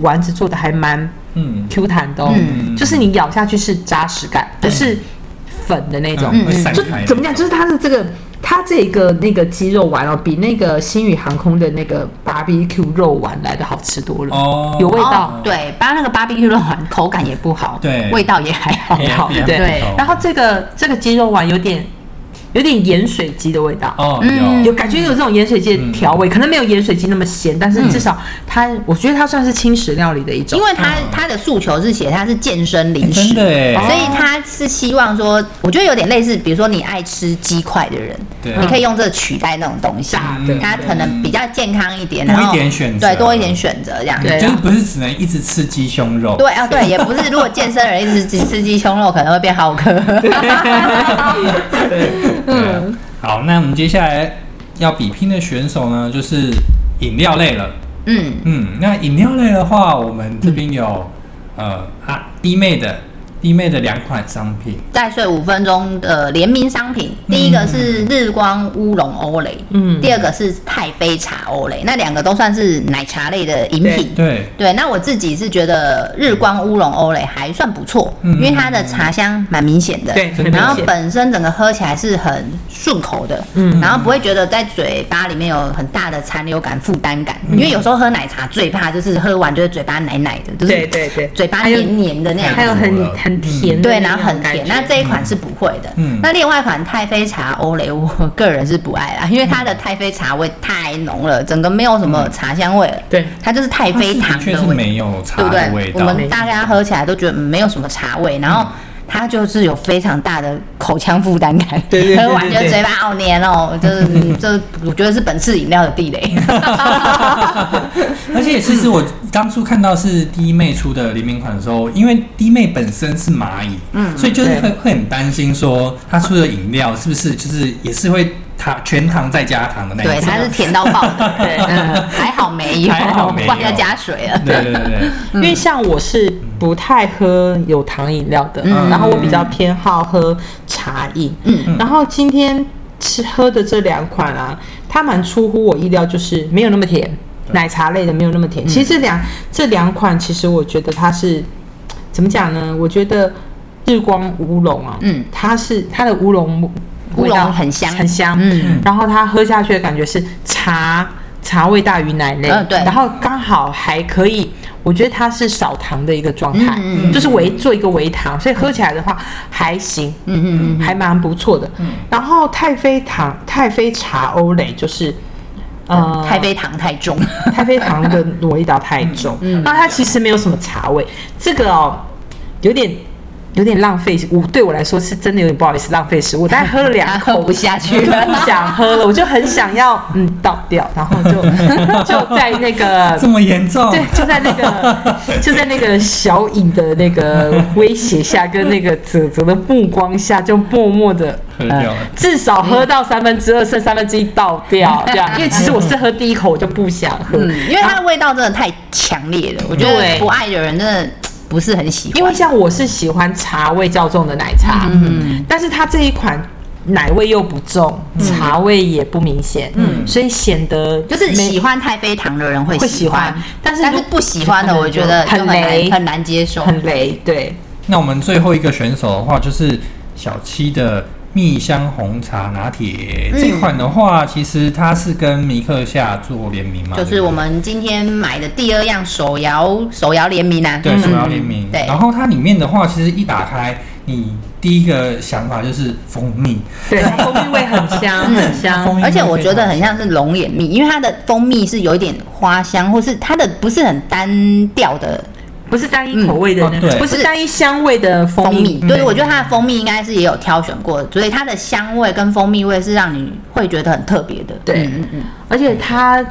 Speaker 3: 丸子做的还蛮
Speaker 1: 嗯，
Speaker 3: Q 弹的、哦，
Speaker 1: 嗯
Speaker 3: 就是你咬下去是扎实感，不是粉的那种。
Speaker 1: 嗯会散
Speaker 3: 就
Speaker 1: 开的
Speaker 3: 怎么讲？就是它的这个，它这个那个鸡肉丸哦，比那个星宇航空的那个 BBQ 肉丸来的好吃多了，
Speaker 1: 哦
Speaker 3: 有味
Speaker 2: 哦
Speaker 3: 道。
Speaker 2: 对，把那个 BBQ 肉丸口感也不好，
Speaker 1: 对
Speaker 2: 味道也还好。
Speaker 3: 好
Speaker 1: 也也
Speaker 3: 对
Speaker 1: 不错
Speaker 3: 然后这个这个鸡肉丸有点有点盐水鸡的味道。
Speaker 1: 哦，
Speaker 2: 嗯
Speaker 1: 有
Speaker 3: 有感觉有这种盐水鸡的调味，可能没有盐水鸡那么咸，但是至少它，我觉得它算是轻食料理的一种
Speaker 2: 因。为他他的诉求是写他是健身零食，
Speaker 1: 哎真的
Speaker 3: 哦
Speaker 1: 耶
Speaker 2: 所以他是希望说，我觉得有点类似，比如说你爱吃鸡块的人，
Speaker 1: 对
Speaker 2: 你可以用这取代那种东西
Speaker 3: 炸
Speaker 1: 的，嗯
Speaker 2: 它可能比较健康一点，
Speaker 1: 多一
Speaker 2: 然后
Speaker 1: 点选择
Speaker 2: 对，多一点选择这样。
Speaker 3: 对啊
Speaker 1: 就是不是只能一直吃鸡胸肉？
Speaker 2: 对啊，对，也不是，如果健身的人一直只吃鸡胸肉，可能会变 好客。
Speaker 1: 嗯，好，那我们接下来要比拼的选手呢，就是饮料类了。
Speaker 2: 嗯，
Speaker 1: 嗯，那饮料类的话，我们这边有、
Speaker 2: 嗯
Speaker 1: 呃啊弟妹的弟妹的两款商品，
Speaker 2: 再睡五分钟的联名商品，第一个是日光乌龙欧蕾，
Speaker 3: 嗯
Speaker 2: 第二个是太妃茶欧蕾，那两个都算是奶茶类的饮
Speaker 3: 对
Speaker 2: 品。
Speaker 1: 对，
Speaker 2: 对，那我自己是觉得日光乌龙欧蕾还算不错，
Speaker 1: 嗯
Speaker 2: 因为它的茶香蛮明显的，
Speaker 3: 对很
Speaker 2: 然后
Speaker 3: 明显
Speaker 2: 本身整个喝起来是很顺口的，
Speaker 3: 嗯
Speaker 2: 然后不会觉得在嘴巴里面有很大的残留感、负担
Speaker 3: 嗯
Speaker 2: 感，因为有时候喝奶茶最怕就是喝完就是嘴巴奶奶的，就是
Speaker 3: 对对对
Speaker 2: 嘴巴
Speaker 3: 还有
Speaker 2: 黏黏的那样子，
Speaker 3: 还有很很甜的
Speaker 2: 对，然
Speaker 3: 那种感觉，
Speaker 2: 后很甜。那这一款是不会的。
Speaker 1: 嗯
Speaker 2: 那另外一款太妃茶欧蕾，我个人是不爱啦，因为它的太妃茶味太浓了，整个没有什么茶香味了。
Speaker 3: 对
Speaker 2: 它就是太妃
Speaker 1: 它
Speaker 2: 糖
Speaker 1: 是的确
Speaker 2: 哎的
Speaker 1: 是
Speaker 2: 味，
Speaker 1: 没有
Speaker 2: 对
Speaker 1: 茶
Speaker 2: 不
Speaker 1: 的味
Speaker 2: 对？我
Speaker 1: 道。
Speaker 2: 们大家喝起来都觉得嗯没有什么茶味，然后。它就是有非常大的口腔负担感，
Speaker 3: 对对对对
Speaker 2: 喝完觉得
Speaker 3: 对
Speaker 2: 嘴巴好黏哦，就是嗯这我觉得是本次饮料的地雷。
Speaker 1: 而且其实我当初看到是弟妹出的联名款的时候，因为弟妹本身是蚂蚁，嗯，所以就是会
Speaker 3: 对
Speaker 1: 会很担心说她出的饮料是不是就是也是会糖全糖再加糖的那一种。
Speaker 2: 对，它是甜到爆的，
Speaker 3: 对
Speaker 2: 嗯，还好没有，
Speaker 1: 还好没有
Speaker 2: 不然要加水了。
Speaker 1: 对对对对，
Speaker 2: 嗯
Speaker 3: 因为像我是不太喝有糖饮料的，
Speaker 2: 嗯
Speaker 3: 然后我比较偏好喝茶饮。
Speaker 2: 嗯
Speaker 3: 然后今天吃喝的这两款啊，它蛮出乎我意料，就是没有那么甜，奶茶类的没有那么
Speaker 2: 嗯
Speaker 3: 甜。其实这两这两款，其实我觉得它是怎么讲呢？我觉得日光乌龙啊，
Speaker 2: 嗯
Speaker 3: 它是它的乌龙
Speaker 2: 乌龙
Speaker 3: 味道
Speaker 2: 很香
Speaker 3: 很香，
Speaker 2: 嗯
Speaker 3: 然后它喝下去的感觉是茶茶味大于奶类，
Speaker 2: 嗯对
Speaker 3: 然后刚好还可以，我觉得它是少糖的一个状态，
Speaker 2: 嗯嗯嗯
Speaker 3: 就是微做一个微糖，所以喝起来的话还行，
Speaker 2: 嗯嗯嗯。
Speaker 3: 还蛮不错的。然后太妃糖太妃茶欧蕾就是。呃，
Speaker 2: 嗯太妃糖太重，
Speaker 3: 太妃糖的味道太重，
Speaker 2: 嗯
Speaker 3: 那它其实没有什么茶味，这个哦，有点有点浪费，我对我来说是真的有点不好意思浪费食物，但喝
Speaker 2: 他
Speaker 3: 了两 口
Speaker 2: 喝不下去
Speaker 3: 我就
Speaker 2: 了。
Speaker 3: 不想喝了，我就很想要嗯倒掉，然后就 就在那个
Speaker 1: 这么严重？
Speaker 3: 对，就在那个就在那个小影的那个威胁下，跟那个泽泽的目光下，就默默的
Speaker 1: 喝掉了
Speaker 3: 至少喝到三分之二，剩三分之一倒掉，这样。因为其实我是喝第一口我就不想 喝，
Speaker 2: 嗯，因为它的味道真的太强烈了，我觉得
Speaker 3: 对
Speaker 2: 不爱的人真的不是很喜欢。
Speaker 3: 因为像我是喜欢茶味较重的奶茶，嗯，但是它这一款奶味又不重，茶味也不明显，嗯，所以显得
Speaker 2: 嗯就是
Speaker 3: 没
Speaker 2: 喜欢太妃糖的人会
Speaker 3: 会
Speaker 2: 喜
Speaker 3: 喜
Speaker 2: 欢
Speaker 3: 欢，但是
Speaker 2: 但是
Speaker 3: 如果
Speaker 2: 不喜欢的，我觉得就很
Speaker 3: 很
Speaker 2: 难
Speaker 3: 雷
Speaker 2: 很难接受。
Speaker 3: 很雷，对，
Speaker 1: 那我们最后一个选手的话，就是小七的蜜香红茶拿铁、
Speaker 2: 嗯
Speaker 1: 这款的话，其实它是跟米克夏做联名嘛，
Speaker 2: 就是我们今天买的第二样手摇手摇联名啊，
Speaker 1: 对
Speaker 3: 嗯
Speaker 1: 不对对手摇联名、
Speaker 2: 对
Speaker 1: 然后它里面的话，其实一打开，你第一个想法就是蜂蜜，
Speaker 3: 对，它蜂蜜味很香，
Speaker 2: 嗯
Speaker 3: 很香，
Speaker 1: 蜂蜜
Speaker 2: 而且我觉得
Speaker 1: 非
Speaker 2: 很像是龙眼蜜，因为它的蜂蜜是有一点花香，或是它的不是很单调的
Speaker 3: 不是单一口味的
Speaker 1: 嗯哦
Speaker 3: 那
Speaker 1: 对
Speaker 3: 种，不是单一香味的蜂
Speaker 2: 蜂蜜，嗯
Speaker 3: 蜜，嗯
Speaker 2: 对，我觉得它的蜂蜜应该是也有挑选过的，所以它的香味跟蜂蜜味是让你会觉得很特别的。
Speaker 3: 对
Speaker 2: 嗯嗯嗯，
Speaker 3: 而且它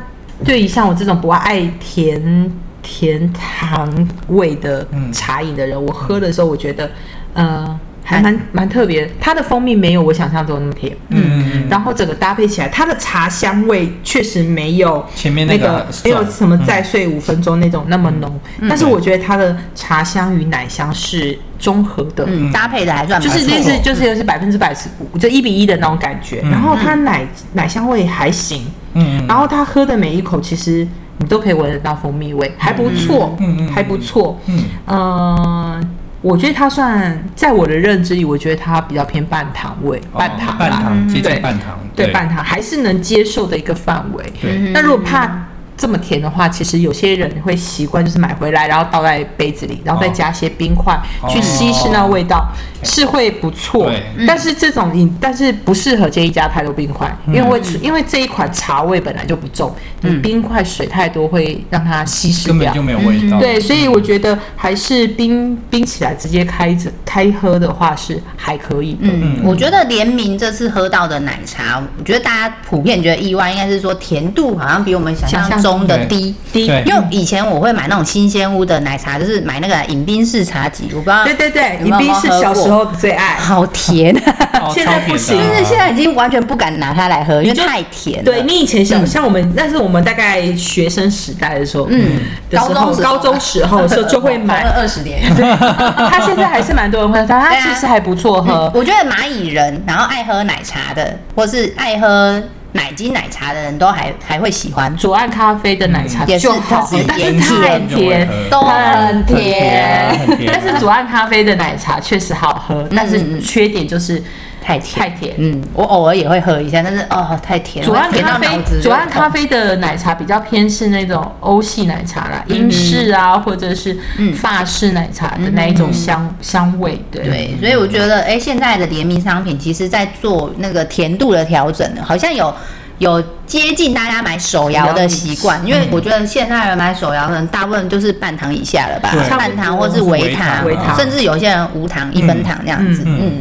Speaker 3: 对于像我这种不爱甜甜糖味的
Speaker 1: 嗯
Speaker 3: 茶饮的人，我
Speaker 2: 嗯
Speaker 3: 喝的时候我觉得，呃，
Speaker 2: 哎
Speaker 3: 还蛮蛮特别的。它的蜂蜜没有我想象中那么甜，
Speaker 1: 嗯
Speaker 3: 然后整个搭配起来，它的茶香味确实没有
Speaker 1: 前面那
Speaker 3: 那
Speaker 1: 个嗯
Speaker 3: 个
Speaker 1: 重
Speaker 3: 没有什么再睡五分钟那种那么浓，
Speaker 1: 嗯
Speaker 3: 但是我觉得它的茶香与奶香是中和的，
Speaker 2: 嗯，搭配的还算不
Speaker 3: 就
Speaker 2: 错
Speaker 3: 是类似就是是百分之百是就一比一的那种感觉。
Speaker 1: 嗯
Speaker 3: 然后它奶奶香味还行，
Speaker 1: 嗯，
Speaker 3: 然后它喝的每一口其实你都可以闻得到蜂蜜味，还不错，
Speaker 1: 嗯嗯嗯
Speaker 3: 还不错，
Speaker 1: 嗯
Speaker 3: 嗯。我觉得它算在我的认知里，我觉得它比较偏半糖味，
Speaker 1: 哦
Speaker 3: 半糖
Speaker 1: 半
Speaker 3: 吧，
Speaker 1: 糖接近
Speaker 3: 对
Speaker 1: 半糖，
Speaker 3: 对半糖嗯还是能接受的一个范围。
Speaker 1: 对，
Speaker 3: 那如果怕这么甜的话，其实有些人会习惯就是买回来，然后倒在杯子里，然后再加些冰块、
Speaker 1: 哦
Speaker 3: 去稀释那味道。是会不错
Speaker 1: 对，
Speaker 3: 但是这种饮但是不适合建议加太多冰块，因为会出因为这一款茶味本来就不重，你冰块水太多会让它稀释
Speaker 1: 根本
Speaker 3: 掉
Speaker 1: 就。没有味道。
Speaker 3: 嗯对，所以我觉得还是冰冰起来直接开着开喝的话是还可以的。
Speaker 2: 嗯，我觉得联名这次喝到的奶茶，我觉得大家普遍觉得意外，应该是说甜度好像比我们想
Speaker 3: 想
Speaker 2: 象
Speaker 3: 象
Speaker 2: 中的
Speaker 1: 中
Speaker 2: 低。
Speaker 3: 低
Speaker 1: 对
Speaker 2: 因为以前我会买那种新鲜屋的奶茶，就是买那个饮冰式茶几，我不知道
Speaker 3: 对对对，
Speaker 2: 有
Speaker 3: 饮
Speaker 2: 没有
Speaker 3: 冰是
Speaker 2: 喝过
Speaker 3: 小时候的最爱。
Speaker 2: 好 甜，
Speaker 1: 哦
Speaker 3: 现在不行
Speaker 1: 超甜
Speaker 2: 就
Speaker 1: 的
Speaker 2: 是现在已经完全不敢拿它来喝，因为太甜了。
Speaker 3: 对你以前小，像我们，那是我们大概学生时代的时候，嗯，的时
Speaker 2: 高中
Speaker 3: 候，
Speaker 2: 时候
Speaker 3: 高中时候的时候就会买
Speaker 2: 了。二十年。
Speaker 3: 他现在还是蛮多人会喝，
Speaker 2: 对
Speaker 3: 他
Speaker 2: 啊
Speaker 3: 其实还不错
Speaker 2: 嗯
Speaker 3: 喝。
Speaker 2: 我觉得蚂蚁人，然后爱喝奶茶的，或是爱喝奶精奶茶的人都还还会喜欢。
Speaker 3: 左岸咖啡的奶茶
Speaker 2: 也是
Speaker 3: 嗯就好
Speaker 2: 它是，
Speaker 3: 但
Speaker 2: 腌
Speaker 3: 是
Speaker 2: 制
Speaker 3: 太
Speaker 1: 的就会
Speaker 3: 甜
Speaker 1: 喝，
Speaker 2: 都
Speaker 3: 很
Speaker 2: 很
Speaker 3: 甜
Speaker 2: 甜。
Speaker 1: 很甜
Speaker 3: 但是左岸咖啡的奶茶确实好喝，但是缺点就是
Speaker 2: 太甜
Speaker 3: 太甜。
Speaker 2: 嗯，我偶尔也会喝一下，但是哦，太甜了，
Speaker 3: 左岸
Speaker 2: 会甜
Speaker 3: 咖
Speaker 2: 到
Speaker 3: 啡
Speaker 2: 脑子，就
Speaker 3: 左岸咖
Speaker 2: 痛
Speaker 3: 啡的奶茶比较偏是那种欧系奶茶啦，英式啊，或者是法式奶茶的那一种香香味。对
Speaker 2: 对，所以我觉得，哎，现在的联名商品其实在做那个甜度的调整，好像有有接近大家买手摇的习
Speaker 3: 嗯
Speaker 2: 惯，因为我觉得现在人买手摇可能大部分就是半糖以下了吧
Speaker 1: 对，
Speaker 2: 半糖或是微糖，
Speaker 3: 微糖
Speaker 2: 甚至有些人无糖、一分糖这样子，
Speaker 1: 嗯嗯
Speaker 2: 嗯，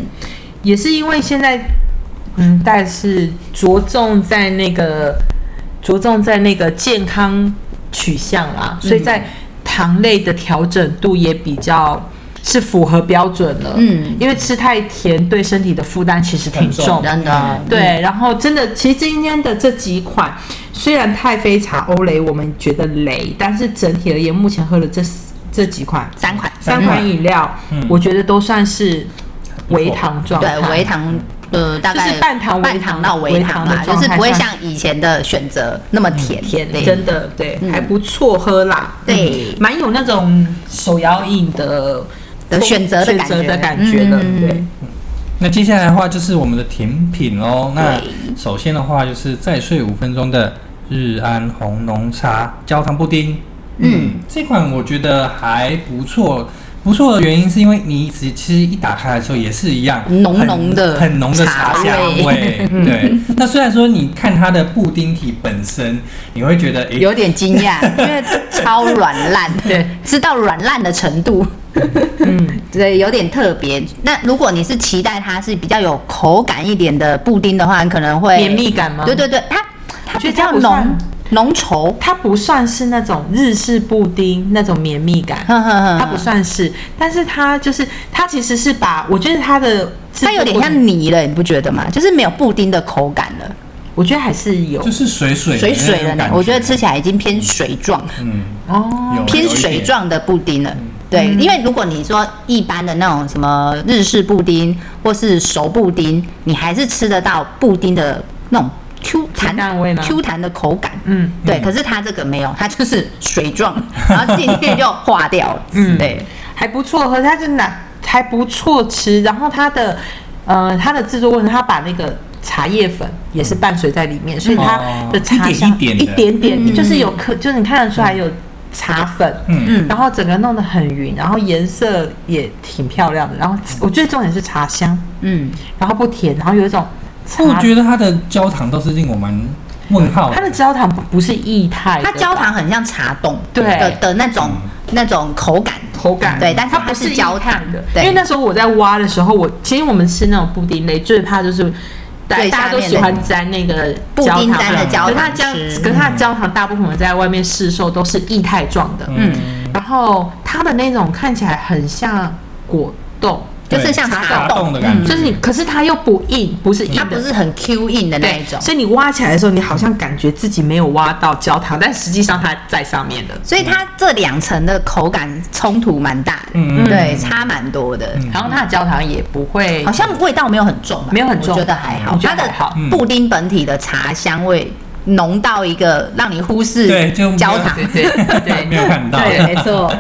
Speaker 3: 也是因为现在，嗯，但是着重在那个着重在那个健康取向啦，所以在糖类的调整度也比较是符合标准了。
Speaker 2: 嗯，
Speaker 3: 因为吃太甜对身体的负担其实挺
Speaker 1: 很重
Speaker 3: 重的。
Speaker 2: 真的，嗯
Speaker 3: 对，然后真的，其实今天的这几款，虽然太妃茶、欧蕾我们觉得雷，但是整体而言，目前喝了这四这几款
Speaker 2: 三款
Speaker 3: 三款饮料，
Speaker 1: 嗯
Speaker 3: 我觉得都算是微糖状态，
Speaker 2: 对微糖。呃，大概
Speaker 3: 就是半糖微
Speaker 2: 半
Speaker 3: 糖
Speaker 2: 糖到微糖
Speaker 3: 微
Speaker 2: 吧
Speaker 3: 糖，的
Speaker 2: 就是不
Speaker 3: 状态
Speaker 2: 会
Speaker 3: 下
Speaker 2: 像以前的选择那么甜
Speaker 3: 甜
Speaker 2: 对
Speaker 3: 真的对，
Speaker 2: 嗯
Speaker 3: 还不错喝啦，
Speaker 2: 对
Speaker 3: 嗯蛮有那种手摇饮的
Speaker 2: 的选择的
Speaker 3: 选
Speaker 2: 感
Speaker 3: 择的
Speaker 2: 觉
Speaker 3: 感觉的，
Speaker 2: 嗯
Speaker 3: 对。
Speaker 1: 那接下来的话就是我们的甜品喽。那
Speaker 2: 对
Speaker 1: 首先的话就是再睡五分钟的日安红浓茶焦糖布丁。嗯，这款我觉得还不错。不错的原因是因为你只其实一打开的时候也是一样
Speaker 2: 浓
Speaker 1: 很
Speaker 2: 浓的
Speaker 1: 很浓的茶
Speaker 2: 茶
Speaker 1: 香
Speaker 2: 味
Speaker 1: 味。对，那虽然说你看它的布丁体本身，你会觉得诶，
Speaker 2: 有点惊 讶，因为超软烂，
Speaker 3: 对，
Speaker 2: 吃到软烂的程度，嗯， 对，有点特别。那如果你是期待它是比较有口感一点的布丁的话，你可能会
Speaker 3: 绵密感吗
Speaker 2: 对对对，它它
Speaker 3: 我觉
Speaker 2: 比
Speaker 3: 得它
Speaker 2: 较
Speaker 3: 不算
Speaker 2: 浓浓稠，
Speaker 3: 它不算是那种日式布丁那种绵密感，
Speaker 2: 哼哼哼
Speaker 3: 它不算是，但是它就是它其实是把，我觉得它的制作
Speaker 2: 它有点
Speaker 3: 过程，
Speaker 2: 像泥了，你不觉得吗？就是没有布丁的口感了，
Speaker 3: 我觉得还是有
Speaker 1: 就是水水的
Speaker 2: 水水
Speaker 1: 那
Speaker 2: 的
Speaker 1: 种
Speaker 2: 呢
Speaker 1: 感，
Speaker 2: 我觉得吃起来已经偏水状。
Speaker 1: 嗯
Speaker 3: 哦，
Speaker 1: 有
Speaker 2: 偏
Speaker 1: 有一
Speaker 2: 水
Speaker 1: 点
Speaker 2: 状的布丁了。对，
Speaker 3: 嗯
Speaker 2: 因为如果你说一般的那种什么日式布丁或是熟布丁，你还是吃得到布丁的那种 Q 弹
Speaker 3: 鸡蛋味吗
Speaker 2: q 弹的口感。
Speaker 3: 嗯，
Speaker 2: 对。可是它这个没有，它就是水状， 然后进去就化掉了。嗯，对，
Speaker 3: 还不错喝，它真的还不错吃。然后它的呃，它的制作过程，它把那个茶叶粉也是伴随在里面，所以它的茶香、
Speaker 1: 嗯哦一点一点的
Speaker 3: 点点就是有可，就是你看得出来有茶粉，
Speaker 1: 嗯
Speaker 2: 嗯
Speaker 3: 然后整个弄得很匀，然后颜色也挺漂亮的。然后
Speaker 1: 嗯
Speaker 3: 我觉得重点是茶香，
Speaker 2: 嗯，
Speaker 3: 然后不甜，然后有一种茶
Speaker 1: 我觉得它的焦糖都是令我蛮问号
Speaker 3: 它的焦糖不不是液态的，
Speaker 2: 它焦糖很像茶冻
Speaker 3: 对
Speaker 2: 的的那种
Speaker 1: 嗯
Speaker 2: 那种口感。
Speaker 3: 口感，
Speaker 2: 对但是
Speaker 3: 它
Speaker 2: 它
Speaker 3: 不
Speaker 2: 是
Speaker 3: 是
Speaker 2: 焦
Speaker 3: 烫
Speaker 2: 糖
Speaker 3: 的，
Speaker 2: 对
Speaker 3: 因为那时候我在挖的时候，我其实我们吃那种布丁类，最怕就是。大
Speaker 2: 最
Speaker 3: 大
Speaker 2: 下
Speaker 3: 家都
Speaker 2: 面
Speaker 3: 喜
Speaker 2: 的
Speaker 3: 欢沾那个
Speaker 2: 布
Speaker 3: 焦
Speaker 2: 丁
Speaker 3: 糖
Speaker 2: 沾的焦
Speaker 3: 可是它
Speaker 2: 糖
Speaker 3: 焦，
Speaker 2: 吃
Speaker 3: 可是它的焦糖大部分我们在外面市售都是液态状的，
Speaker 1: 嗯，
Speaker 3: 然后它的那种看起来很像果冻，
Speaker 2: 就是像
Speaker 1: 茶
Speaker 2: 茶冻
Speaker 1: 冻的感觉，
Speaker 3: 就是你，可是它又不硬，不是硬
Speaker 2: 嗯它不
Speaker 3: 的，
Speaker 2: 是很 Q 硬的那
Speaker 3: 嗯对
Speaker 2: 一种，
Speaker 3: 所以你挖起来的时候，你好像感觉自己没有挖到焦糖，但实际上它在上面的。
Speaker 2: 所以它这两层的口感冲突蛮大的，
Speaker 1: 嗯嗯嗯
Speaker 2: 对，差蛮多的。
Speaker 3: 然后它的焦糖也不会
Speaker 2: 好像味道没有很重吧，
Speaker 3: 哎没有很重
Speaker 2: 我觉得还好。
Speaker 3: 我觉
Speaker 2: 它
Speaker 3: 得
Speaker 2: 的
Speaker 3: 还好
Speaker 2: 布丁本体的茶香味浓到一个让你忽视
Speaker 1: 对就没有
Speaker 2: 焦糖，
Speaker 3: 对对对，
Speaker 1: 没有 看到。
Speaker 2: 对，没错，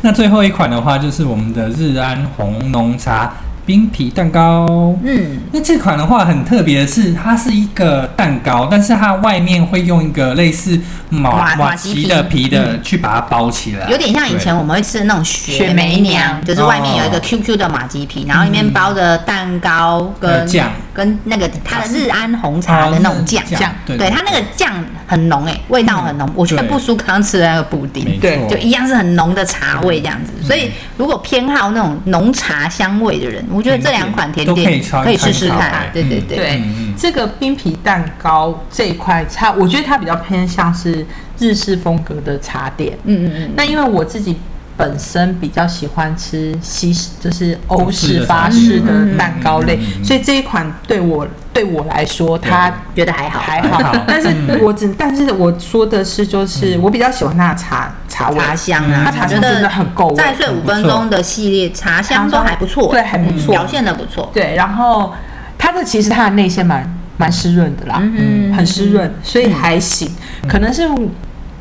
Speaker 1: 那最后一款的话，就是我们的日安红浓茶冰皮蛋糕。
Speaker 2: 嗯，
Speaker 1: 那这款的话很特别的是，它是一个蛋糕，但是它外面会用一个类似马
Speaker 2: 马
Speaker 1: 马
Speaker 2: 马蹄
Speaker 1: 蹄
Speaker 2: 皮
Speaker 1: 的皮的去把它包起来，
Speaker 2: 有点像以前我们会吃的那种雪
Speaker 3: 雪梅
Speaker 2: 梅娘，
Speaker 3: 娘
Speaker 2: 就是外面有一个
Speaker 1: 哦
Speaker 2: QQ 的马吉皮，然后里面包着蛋
Speaker 1: 还
Speaker 2: 糕跟
Speaker 1: 有酱
Speaker 2: 跟那个它的日安红茶的那种酱
Speaker 1: 哦那个酱对
Speaker 2: 对
Speaker 1: 对
Speaker 2: 它那个酱很浓哎，味道很浓，我觉得
Speaker 1: 对
Speaker 2: 不输刚刚吃的那个布丁，
Speaker 1: 没
Speaker 3: 对
Speaker 1: 错，
Speaker 2: 就一样是很浓的茶味这样子。
Speaker 1: 嗯
Speaker 2: 所以如果偏好那种浓茶香味的人，我觉得这两款甜
Speaker 1: 都可以
Speaker 2: 点
Speaker 1: 尝
Speaker 2: 可以试试
Speaker 1: 参
Speaker 2: 看
Speaker 1: 考
Speaker 2: 啊
Speaker 1: 哎。
Speaker 2: 对对对，
Speaker 3: 对，
Speaker 1: 嗯嗯
Speaker 3: 这个冰皮蛋糕这一块，它我觉得它比较偏向是日式风格的茶点。
Speaker 2: 嗯嗯嗯，
Speaker 3: 那因为我自己本身比较喜欢吃西式，就是欧
Speaker 1: 欧式
Speaker 3: 式、
Speaker 1: 的
Speaker 3: 法
Speaker 1: 茶
Speaker 3: 式
Speaker 2: 嗯
Speaker 3: 的蛋糕类
Speaker 1: 嗯嗯，嗯
Speaker 3: 所以这一款对我对我来说，它
Speaker 2: 觉得还好，
Speaker 3: 还
Speaker 1: 还
Speaker 3: 好
Speaker 1: 好。
Speaker 3: 但是
Speaker 1: 嗯
Speaker 3: 我只，但是我说的是，就是我比较喜欢它的茶茶味，
Speaker 2: 茶香啊，
Speaker 3: 嗯它
Speaker 2: 我
Speaker 3: 茶
Speaker 2: 觉
Speaker 3: 香
Speaker 2: 得
Speaker 3: 真的很够味
Speaker 2: 再睡五分钟的系列茶香都还不错，嗯
Speaker 3: 对还不错
Speaker 2: 表现的不错。
Speaker 3: 对，然后它的其实它的内馅蛮蛮湿润的啦，
Speaker 2: 嗯
Speaker 3: 很湿润，所以还行，可能是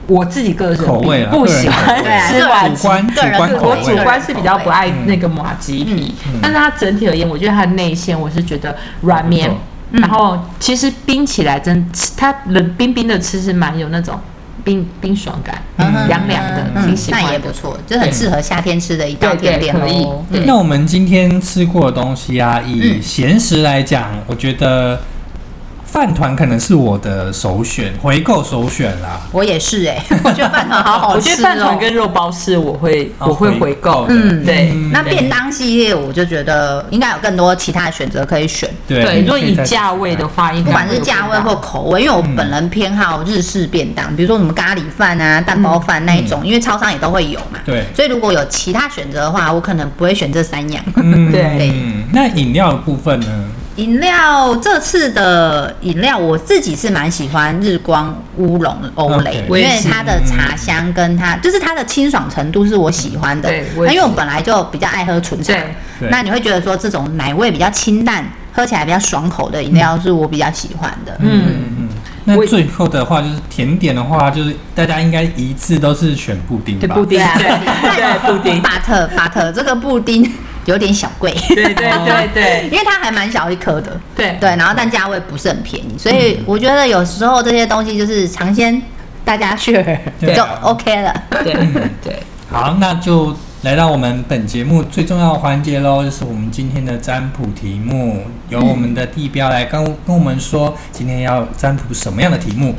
Speaker 3: 我自己个人
Speaker 1: 口味啊
Speaker 3: 不喜欢
Speaker 1: 个人口味
Speaker 2: 对啊，
Speaker 3: 吃
Speaker 2: 个
Speaker 3: 麻
Speaker 2: 人
Speaker 1: 主观
Speaker 3: 吉。
Speaker 2: 个人
Speaker 1: 主观口
Speaker 3: 我
Speaker 1: 味
Speaker 3: 主观是比较不爱
Speaker 1: 嗯
Speaker 3: 那个麻吉皮，
Speaker 1: 嗯
Speaker 3: 但是它整体而言，我觉得它的内馅我是觉得软绵
Speaker 1: 不错，
Speaker 3: 然后其实冰起来真吃它冷冰冰的吃是蛮有那种冰冰爽感，
Speaker 1: 嗯
Speaker 3: 凉凉的，挺
Speaker 2: 嗯，
Speaker 3: 喜欢
Speaker 2: 那也
Speaker 3: 的
Speaker 2: 不。错，就很适合夏天吃的一道甜点
Speaker 3: 对对
Speaker 2: 哦。
Speaker 3: 可
Speaker 2: 嗯
Speaker 1: 那我们今天吃过的东西啊，以
Speaker 2: 嗯
Speaker 1: 咸食来讲，我觉得饭团可能是我的首选，回购首选啦。
Speaker 2: 我也是哎，我觉得饭团好好
Speaker 3: 我
Speaker 2: 吃哦。
Speaker 3: 觉得饭团跟肉包是我会
Speaker 1: 哦
Speaker 3: 我会回购的，
Speaker 2: 嗯
Speaker 3: 对。
Speaker 2: 那便当系列，我就觉得应该有更多其他的选择可以选，
Speaker 1: 对
Speaker 3: 对，
Speaker 1: 你
Speaker 3: 如果
Speaker 1: 可
Speaker 3: 以
Speaker 1: 再
Speaker 3: 价位的话，应该
Speaker 2: 不管是价位或口味，因为我本人偏好日式便当，比如说什么咖喱饭啊、蛋包饭那一种，因为超商也都会有嘛。
Speaker 1: 嗯对
Speaker 2: 所以如果有其他选择的话，我可能不会选这三样。
Speaker 1: 嗯
Speaker 3: 对
Speaker 1: 嗯那饮料的部分呢？
Speaker 2: 饮料这次的饮料，我自己是蛮喜欢日光乌龙欧蕾
Speaker 1: OK
Speaker 2: 因为它的茶香跟它就是它的清爽程度是我喜欢的。
Speaker 3: 对我
Speaker 2: 那
Speaker 3: 也是
Speaker 2: 因为我本来就比较爱喝纯茶
Speaker 3: 对，
Speaker 1: 对
Speaker 2: 那你会觉得说这种奶味比较清淡，喝起来比较爽口的饮料是我比较喜欢的。
Speaker 3: 嗯，
Speaker 1: 嗯嗯。那
Speaker 3: 我
Speaker 1: 最后的话就是甜点的话，就是大家应该一致都是选布丁
Speaker 3: 对
Speaker 1: 吧？
Speaker 3: 布丁，
Speaker 2: 对啊
Speaker 3: 对对布丁，
Speaker 2: 巴特巴特这个布丁有点小贵，
Speaker 3: 对对对对
Speaker 2: 因为它还蛮小一颗的。
Speaker 3: 哦对
Speaker 2: 对，然后但价位不是很便宜，所以我觉得有时候这些东西就是尝鲜，大家去
Speaker 1: 对
Speaker 2: 就 OK 了。
Speaker 3: 对对，
Speaker 1: 好，那就来到我们本节目最重要的环节喽，就是我们今天的占卜题目，由我们的地标来跟跟我们说今天要占卜什么样的题目。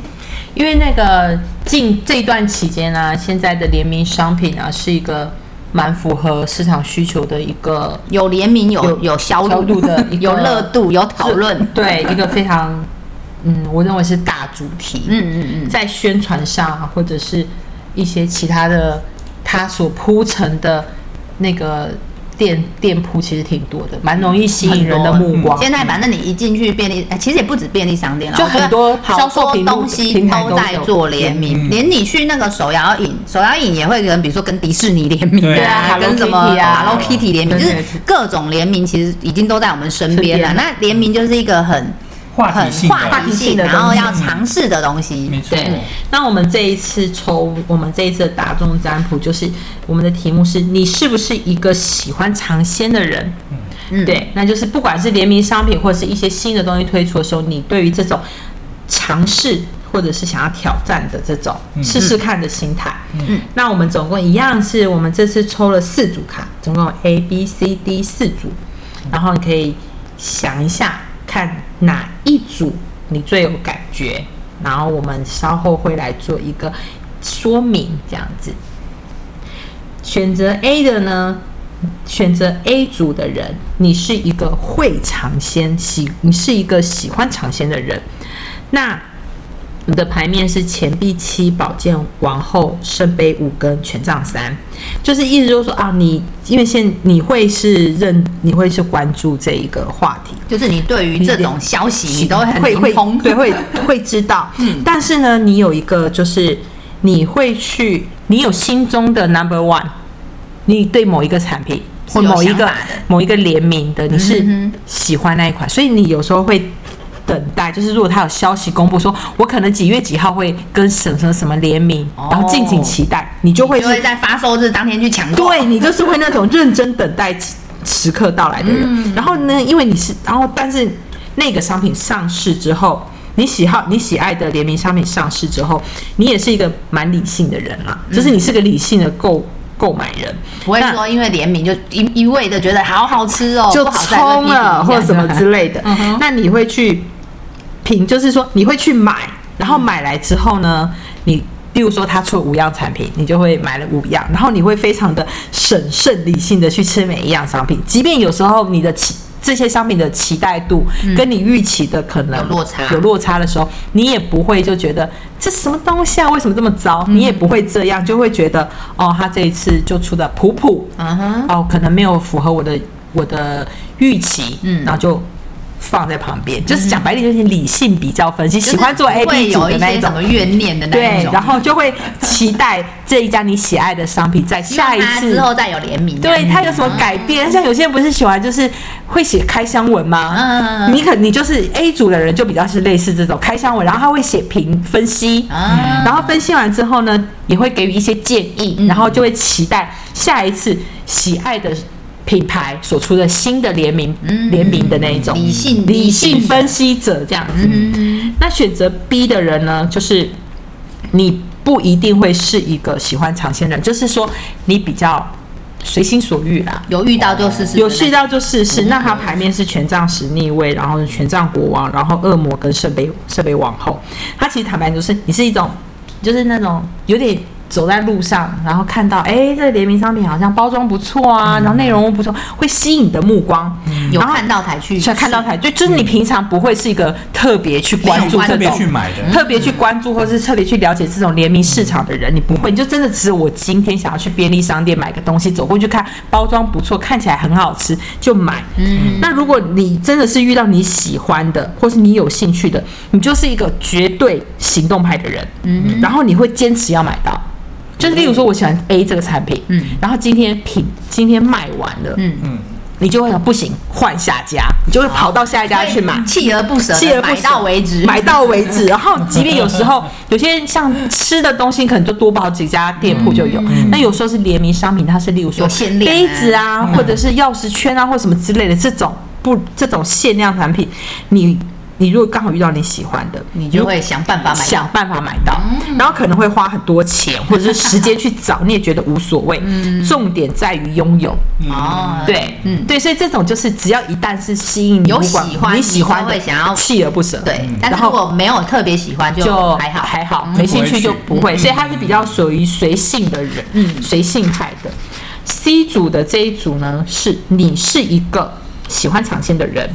Speaker 3: 因为那个近这一段期间呢、啊现在的联名商品啊，是一个蛮符合市场需求的一个
Speaker 2: 有联名，有
Speaker 3: 有
Speaker 2: 有销
Speaker 3: 销路的一个
Speaker 2: 有热度，有讨论。
Speaker 3: 对一个非常嗯，我认为是大主题。
Speaker 2: 嗯嗯嗯，
Speaker 3: 在宣传上啊，或者是一些其他的，它所铺成的那个店店铺其实挺多的，蛮容易吸引人的
Speaker 1: 嗯
Speaker 3: 目光。
Speaker 2: 嗯现在反正你一进去便利，哎其实也不止便利商店了，
Speaker 3: 就
Speaker 2: 我觉得
Speaker 3: 很多
Speaker 2: 好
Speaker 3: 销售
Speaker 2: 多
Speaker 3: 平
Speaker 2: 东西
Speaker 3: 平台
Speaker 2: 都
Speaker 3: 都
Speaker 2: 在
Speaker 3: 有
Speaker 2: 做联
Speaker 1: 嗯
Speaker 2: 名，连你去那个手摇饮，手摇饮也会跟比如说跟迪士尼联名
Speaker 1: 对
Speaker 2: 啊，
Speaker 3: 啊
Speaker 2: 跟
Speaker 3: Hello
Speaker 2: 什么
Speaker 3: Kitty 啊
Speaker 2: Hello Kitty 联名，
Speaker 3: 对
Speaker 2: 就
Speaker 3: 对
Speaker 2: 是各种联名，其实已经都在我们身边了。
Speaker 3: 身边
Speaker 2: 那联名就是一个很
Speaker 1: 话
Speaker 2: 很
Speaker 1: 题性的嗯
Speaker 2: 话题性，
Speaker 3: 的
Speaker 2: 然后
Speaker 3: 东西
Speaker 2: 要尝试的东
Speaker 1: 没
Speaker 2: 西。
Speaker 1: 错
Speaker 3: 嗯对，那我们这一次抽，我们这一次的大众占卜就是我们的题目是你是不是一个喜欢尝鲜的人？
Speaker 2: 嗯，，
Speaker 3: 对，那就是不管是联名商品或者是一些新的东西推出的时候，你对于这种尝试或者是想要挑战的这种试试看的心态。
Speaker 1: 嗯，
Speaker 3: 那我们总共一样是我们这次抽了四组卡，总共有 A、B、C、D 四组，然后你可以想一下，看哪一组你最有感觉，然后我们稍后会来做一个说明，这样子。选择 A 的呢，选择 A 组的人，你是一个会尝鲜喜，你是一个喜欢尝鲜的人。那你的牌面是钱币七、宝剑王后、圣杯五跟权杖三，就是意思就是说啊，你因为现你会是认，你会是关注这一个话题，
Speaker 2: 就是你对于这种消息，你都很
Speaker 3: 嗯会
Speaker 2: 灵
Speaker 3: 会
Speaker 2: 通，嗯
Speaker 3: 对会会知道。 但是呢，你有一个就是你会去，你有心中的 number one，你对某一个产品
Speaker 2: 是
Speaker 3: 或
Speaker 2: 有
Speaker 3: 某一
Speaker 2: 想
Speaker 3: 个
Speaker 2: 法的
Speaker 3: 某一个联名的，你是
Speaker 2: 嗯哼
Speaker 3: 喜欢那一款，所以你有时候会。等待就是，如果他有消息公布说，我可能几月几号会跟什么什么联名，然后敬请期待，你就会
Speaker 2: 哦就是会在发售日当天去抢购。
Speaker 3: 对你就是会那种认真等待时刻到来的人。
Speaker 2: 嗯
Speaker 3: 然后呢，因为你是，然后但是那个商品上市之后。你喜好你喜爱的联名商品上市之后，你也是一个蛮理性的人啦，就是你是个理性的购购买人，
Speaker 2: 嗯不会
Speaker 3: 那
Speaker 2: 说因为联名就一一味的觉得好好吃哦，
Speaker 3: 就
Speaker 2: 不好再被批
Speaker 3: 冲
Speaker 2: 评一
Speaker 3: 了
Speaker 2: 下
Speaker 3: 或什么之类的。
Speaker 2: 嗯
Speaker 3: 那你会去评，就是说你会去买，然后买来之后呢，你比如说他出五样产品，你就会买了五样，然后你会非常的审慎理性的去吃每一样商品，即便有时候你的期这些商品的期待度跟你预期的可能
Speaker 2: 嗯有落差
Speaker 3: 有落差的时候，你也不会就觉得这什么东西啊，为什么这么糟？
Speaker 2: 嗯
Speaker 3: 你也不会这样，就会觉得哦，他这一次就出的普普，
Speaker 2: 嗯哼，
Speaker 3: 哦，可能没有符合我的我的预期，
Speaker 2: 嗯
Speaker 3: 然后就放在旁边，就是讲白点，就是理性比较分析，
Speaker 2: 就是
Speaker 3: 喜欢做 A
Speaker 2: 不会
Speaker 3: B 组
Speaker 2: 有
Speaker 3: 的
Speaker 2: 一
Speaker 3: 那
Speaker 2: 些
Speaker 3: 种
Speaker 2: 什。么怨念的那一
Speaker 3: 对
Speaker 2: 种，，
Speaker 3: 然后就会期待这一家你喜爱的商品在
Speaker 2: 希望
Speaker 3: 下一
Speaker 2: 它
Speaker 3: 次
Speaker 2: 之后再有联名，啊
Speaker 3: 对它有什么改变？像有些人不是喜欢就是会写开箱文吗？
Speaker 2: 嗯
Speaker 3: 你可你就是 A 组的人就比较是类似这种开箱文，然后他会写评分析，
Speaker 2: 啊嗯
Speaker 3: 然后分析完之后呢，也会给予一些建议，然后就会期待下一次喜爱的。品牌所出的新的联名，联名的那一种
Speaker 2: 嗯理性
Speaker 3: 理性分析者这样子，那选择 B 的人呢，就是你不一定会是一个喜欢尝鲜的人，就是说你比较随心所欲啦，
Speaker 2: 有遇到就试试，
Speaker 3: 有试到就试试。那它牌面是权杖十逆位，然后是权杖国王，然后恶魔跟圣杯圣杯王后。它其实坦白就是你是一种，就是那种有点。走在路上，然后看到哎，诶这个联名商品好像包装不错啊，然后内容物不错，会吸引你的目光。
Speaker 2: 有
Speaker 3: 然后
Speaker 2: 看到才去
Speaker 3: 所以看到台，就就是你平常不会是一个特别去关注
Speaker 2: 没有
Speaker 3: 这
Speaker 1: 特别
Speaker 3: 种
Speaker 1: 去买的，
Speaker 3: 特别去关注或是特别去了解这种联名市场的人，你不会，你就真的只有我今天想要去便利商店买个东西，走过去看包装不错，看起来很好吃就买。嗯，那如果你真的是遇到你喜欢的或是你有兴趣的，你就是一个绝对行动派的人，嗯，然后你会坚持要买到。就是例如说，我喜欢 A 这个产品，嗯，然后今天品今天卖完了，嗯
Speaker 1: 嗯，
Speaker 3: 你就会想不行，换下家，你就会跑到下一家去买，
Speaker 2: 锲而不舍，
Speaker 3: 锲而不舍
Speaker 2: 买到为止，
Speaker 3: 买到为 止。然后，即便有时候有些像吃的东西，可能就多跑几家店铺就有。那有时候是联名商品，它是例如说
Speaker 2: 嗯有限量啊
Speaker 3: 杯子啊，或者是钥匙圈啊，或什么之类的这种不这种限量产品，你你如果刚好遇到你喜欢的，
Speaker 2: 你就会嗯想办法买
Speaker 3: 想
Speaker 2: 到。
Speaker 3: 办法买到，然后可能会花很多钱或者是时间去找，你也觉得无所谓。重点在于拥有。
Speaker 2: 哦，
Speaker 3: 对，
Speaker 2: 嗯
Speaker 3: 嗯，对，所以这种就是只要一旦是吸引你
Speaker 2: 有
Speaker 3: 不管
Speaker 2: 喜欢
Speaker 3: 你喜欢的，
Speaker 2: 你就会想要
Speaker 3: 锲而不舍，
Speaker 2: 对，但
Speaker 3: 然
Speaker 2: 是如
Speaker 3: 后
Speaker 2: 果没有特别喜欢，
Speaker 3: 就
Speaker 2: 就还好。嗯
Speaker 3: 还好，嗯没兴趣就不会，所以他是比较属于随性的人，嗯，随性派的。C 组的这一组呢，是你是一个喜欢尝鲜的人，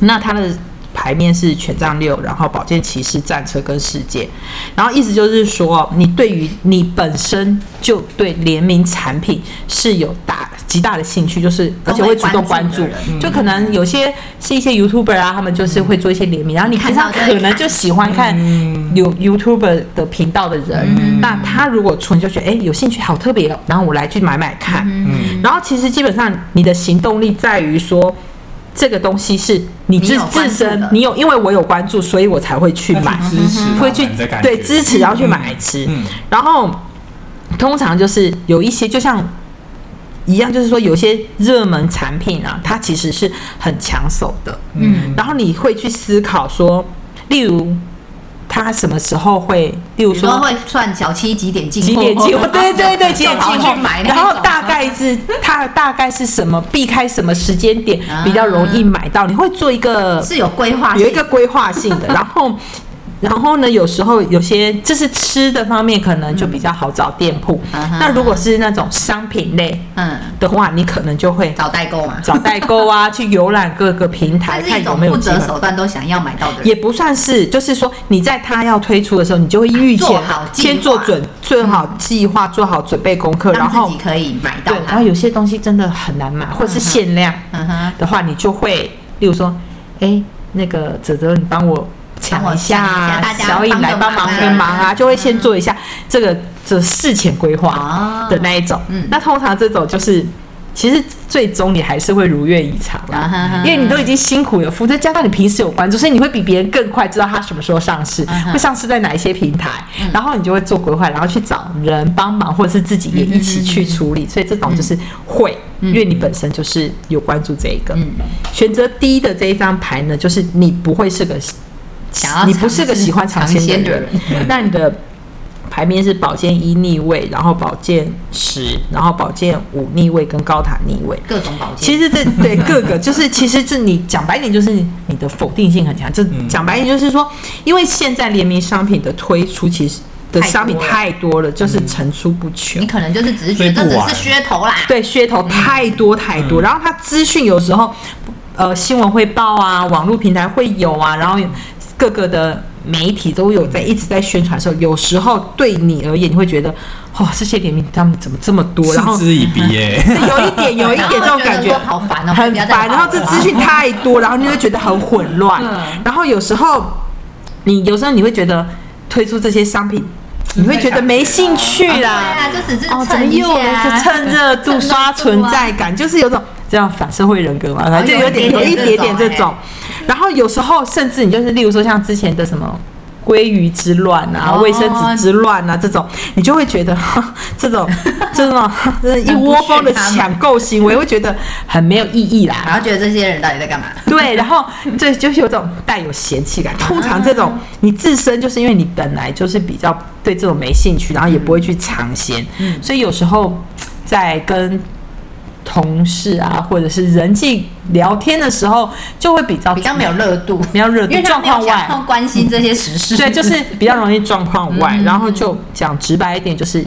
Speaker 3: 那他的牌面是权杖六，然后宝剑骑士、战车跟世界，然后意思就是说，你对于你本身就对联名产品是有大极大的兴趣，就是而且会主动关注
Speaker 2: 都会关注，
Speaker 3: 就可能有些是一些 YouTuber 啊，他们就是会做一些联名，然后你平常
Speaker 2: 看到这
Speaker 3: 可
Speaker 2: 个
Speaker 3: 能就喜欢看有 YouTuber 的频道的人，那他如果出，你就觉得哎有兴趣，好特别哦，然后我来去买买看，
Speaker 2: 嗯
Speaker 3: 然后其实基本上你的行动力在于说。这个东西是你
Speaker 2: 你
Speaker 3: 自
Speaker 2: 有关
Speaker 3: 自
Speaker 2: 注
Speaker 3: 身
Speaker 2: 的，
Speaker 3: 你有因为我有关注，所以我才会去买
Speaker 1: 要，去支持老
Speaker 3: 会去
Speaker 1: 板的感觉，
Speaker 3: 对支持，然后去买来吃。
Speaker 1: 嗯
Speaker 3: 然后通常就是有一些，就像一样，就是说有些热门产品啊，它其实是很抢手的。
Speaker 1: 嗯，
Speaker 3: 然后你会去思考说，例如它什么时候会，例
Speaker 2: 有
Speaker 3: 如
Speaker 2: 时候
Speaker 3: 说
Speaker 2: 会算小七几点进货，
Speaker 3: 几点进货？对对对，
Speaker 2: 就
Speaker 3: 几点
Speaker 2: 跑
Speaker 3: 进
Speaker 2: 去
Speaker 3: 货
Speaker 2: 买？那
Speaker 3: 然后
Speaker 2: 种
Speaker 3: 大概是它大概是什么，避开什么时间点
Speaker 2: 啊
Speaker 3: 比较容易买到？你会做一个
Speaker 2: 是有规划性，
Speaker 3: 啊有一个规划性 的，然后。然后呢，有时候有些这是吃的方面，可能就比较好找店铺。
Speaker 2: 嗯哼
Speaker 3: 那如果是那种商品类
Speaker 2: 嗯，
Speaker 3: 的话，你可能就会
Speaker 2: 找代购嘛，
Speaker 3: 找代购啊，去浏览各个平台
Speaker 2: 它是
Speaker 3: 看
Speaker 2: 一
Speaker 3: 有
Speaker 2: 种
Speaker 3: 没有
Speaker 2: 不
Speaker 3: 机
Speaker 2: 择
Speaker 3: 会。
Speaker 2: 手段都想要买到的人，
Speaker 3: 也不算是，就是说你在它要推出的时候，你就会预
Speaker 2: 做
Speaker 3: 前
Speaker 2: 好计划
Speaker 3: 先做准，做好计划，做好准备功课，然
Speaker 2: 让
Speaker 3: 后
Speaker 2: 自己可以买到
Speaker 3: 对，然
Speaker 2: 它
Speaker 3: 后。有些东西真的很难买，或者是限量
Speaker 2: 嗯哼
Speaker 3: 的话，你就会，例如说，哎，那个泽泽，你帮我抢一下啊
Speaker 2: 帮我抢一下大，家
Speaker 3: 小颖来帮
Speaker 2: 帮个
Speaker 3: 忙
Speaker 2: 忙啊
Speaker 3: 个忙啊，就会先做一下这个这事前规划
Speaker 2: 哦
Speaker 3: 的那一种。
Speaker 2: 嗯
Speaker 3: 那通常这种就是其实最终你还是会如愿以偿
Speaker 2: 啊哈哈
Speaker 3: 啦，因为你都已经辛苦有付，再加上你平时有关注，所以你会比别人更快知道它什么时候上市，会上市在哪一些平台，然后你就会做规划，然后去找人帮忙，或者是自己也一起去处理。所以这种就是会，因为你本身就是有关注这一个。选择低的这一张牌呢，就是你不会是个
Speaker 2: 想要
Speaker 3: 你不是个喜欢尝鲜的人
Speaker 2: 尝，
Speaker 3: 那你的牌面是宝剑一逆位，然后宝剑十，然后宝剑五逆位跟高塔逆位。
Speaker 2: 各种保健。
Speaker 3: 其实这对各个就是，其实这你讲白一点就是你的否定性很强。这
Speaker 1: 嗯
Speaker 3: 讲白一点就是说，因为现在联名商品的推出，其实的
Speaker 2: 太多
Speaker 3: 商品
Speaker 2: 了
Speaker 3: 太多了，就是层出不穷
Speaker 2: 你。可能就是只是觉得这只是噱头啦，
Speaker 3: 对，噱头太多太多，然后它资讯有时候，呃，新闻会报啊，网络平台会有啊，然后各个的媒体都有在一直在宣传的时候，有时候对你而言，你会觉得，哦，这些联名他们怎么这么多？然后
Speaker 1: 嗯嗤 之以鼻耶、
Speaker 3: 有一点，有一点这种感
Speaker 2: 然后就觉得
Speaker 3: 觉
Speaker 2: 说，好烦哦
Speaker 3: 很
Speaker 2: 不要再
Speaker 3: 烦。然后
Speaker 2: 报
Speaker 3: 这
Speaker 2: 了
Speaker 3: 资讯太多，然后你会觉得很混乱
Speaker 2: 嗯。
Speaker 3: 然后有时候，你有时候你会觉得推出这些商品，你会觉得没兴趣
Speaker 2: 对
Speaker 3: 啦。
Speaker 2: 啊，就只是
Speaker 3: 哦，怎么
Speaker 2: 蹭一
Speaker 3: 又
Speaker 2: 下，
Speaker 3: 是趁热度
Speaker 2: 蹭
Speaker 3: 刷存在感，就是有种这样反社会人格嘛，反正就有点有
Speaker 2: 有
Speaker 3: 一
Speaker 2: 一
Speaker 3: 点
Speaker 2: 点
Speaker 3: 点
Speaker 2: 点
Speaker 3: 这
Speaker 2: 这
Speaker 3: 种
Speaker 2: 种。
Speaker 3: 然后有时候甚至你就是，例如说像之前的什么。鲑鱼之乱啊，
Speaker 2: 哦
Speaker 3: 卫生纸之乱啊，这种你就会觉得 呵这种这种 这一窝蜂
Speaker 2: 很不屑
Speaker 3: 的
Speaker 2: 他们
Speaker 3: 抢购行为，会觉得很没有意义啦。
Speaker 2: 然后觉得这些人到底在干嘛？
Speaker 3: 对，然后对，就是有种带有嫌弃感。通常这
Speaker 2: 啊
Speaker 3: 种你自身就是因为你本来就是比较对这种没兴趣，然后也不会去尝鲜，
Speaker 2: 嗯
Speaker 3: 所以有时候在跟同事啊或者是人际聊天的时候，就会比较
Speaker 2: 比较没有热度，
Speaker 3: 比较哦热
Speaker 2: 因为
Speaker 3: 度
Speaker 2: 他
Speaker 3: 状
Speaker 2: 没有
Speaker 3: 况
Speaker 2: 想
Speaker 3: 外
Speaker 2: 要。关心这些时事，
Speaker 3: 对，就是比较容易状况外，
Speaker 2: 嗯
Speaker 3: 然后就讲直白一点，就是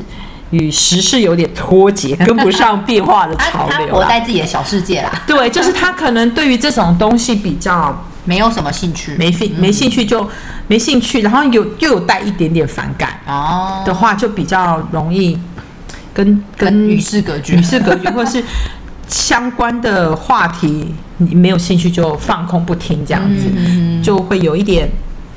Speaker 3: 与时事有点脱节，跟不上变化的
Speaker 2: 他
Speaker 3: 潮
Speaker 2: 他
Speaker 3: 流
Speaker 2: 活
Speaker 3: 啦。
Speaker 2: 在自己的小世界啦，
Speaker 3: 对，就是他可能对于这种东西比较
Speaker 2: 没有什么兴趣，
Speaker 3: 没兴没兴趣就没兴趣，然后有又有带一点点反感
Speaker 2: 哦，
Speaker 3: 的话，就比较容易跟
Speaker 2: 跟
Speaker 3: 跟
Speaker 2: 与世隔绝
Speaker 3: 与，世隔绝，或者是相关的话题你没有兴趣就放空不听这样子，
Speaker 2: 嗯
Speaker 3: 就会有一点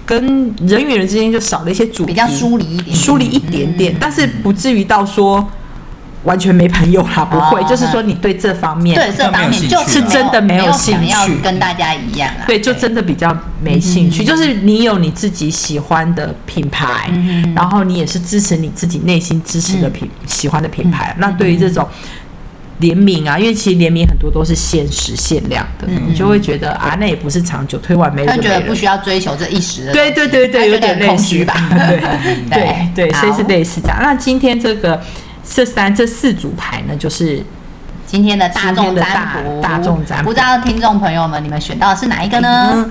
Speaker 3: 跟人与人之间就少了一些主题，
Speaker 2: 比较疏离嗯一点，
Speaker 3: 疏离一点点，但是不至于到说完全没朋友啦，不会，
Speaker 2: 哦
Speaker 3: 就是说你对这方面
Speaker 2: 对这方面就是
Speaker 3: 是真的没
Speaker 2: 没
Speaker 3: 有
Speaker 2: 有
Speaker 3: 兴趣
Speaker 2: 想要跟大家一样啦，
Speaker 3: 对，就真的比较没兴
Speaker 2: 嗯
Speaker 3: 趣。就是你有你自己喜欢的品牌，然后你也是支持你自己内心支
Speaker 2: 嗯
Speaker 3: 持的品、喜欢的品牌。那对于这种联名啊，因为其实联名很多都是限时限量的，
Speaker 2: 嗯
Speaker 3: 你就会觉得啊，那也不是长久，推完没了
Speaker 2: 他
Speaker 3: 就
Speaker 2: 觉
Speaker 3: 没
Speaker 2: 得
Speaker 3: 了
Speaker 2: 不。需要追求这一时的东
Speaker 3: 对
Speaker 2: 西，
Speaker 3: 对对对，
Speaker 2: 他觉
Speaker 3: 有
Speaker 2: 得
Speaker 3: 点
Speaker 2: 很
Speaker 3: 类
Speaker 2: 空
Speaker 3: 似
Speaker 2: 虚吧
Speaker 3: 对对对，所以是
Speaker 2: 好
Speaker 3: 类似这样。那今天这个这三这四组牌呢，就是
Speaker 2: 今天的大众占
Speaker 3: 今天的
Speaker 2: 卜，
Speaker 3: 大大众占卜
Speaker 2: 不知道听众朋友们你们选到的是哪一个呢？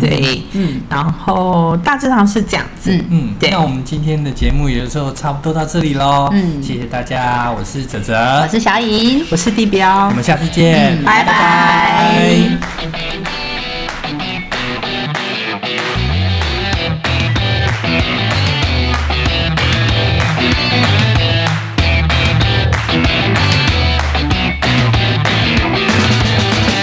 Speaker 3: 对，嗯，然后大致上是这样子。
Speaker 2: 嗯
Speaker 1: 嗯，
Speaker 3: 对
Speaker 1: 那我们今天的节目也就差不多到这里喽。
Speaker 2: 嗯
Speaker 1: 谢谢大家，我是哲哲，
Speaker 2: 我是小颖，
Speaker 3: 我是地标
Speaker 1: 我，们下次见，
Speaker 2: 拜拜
Speaker 1: 拜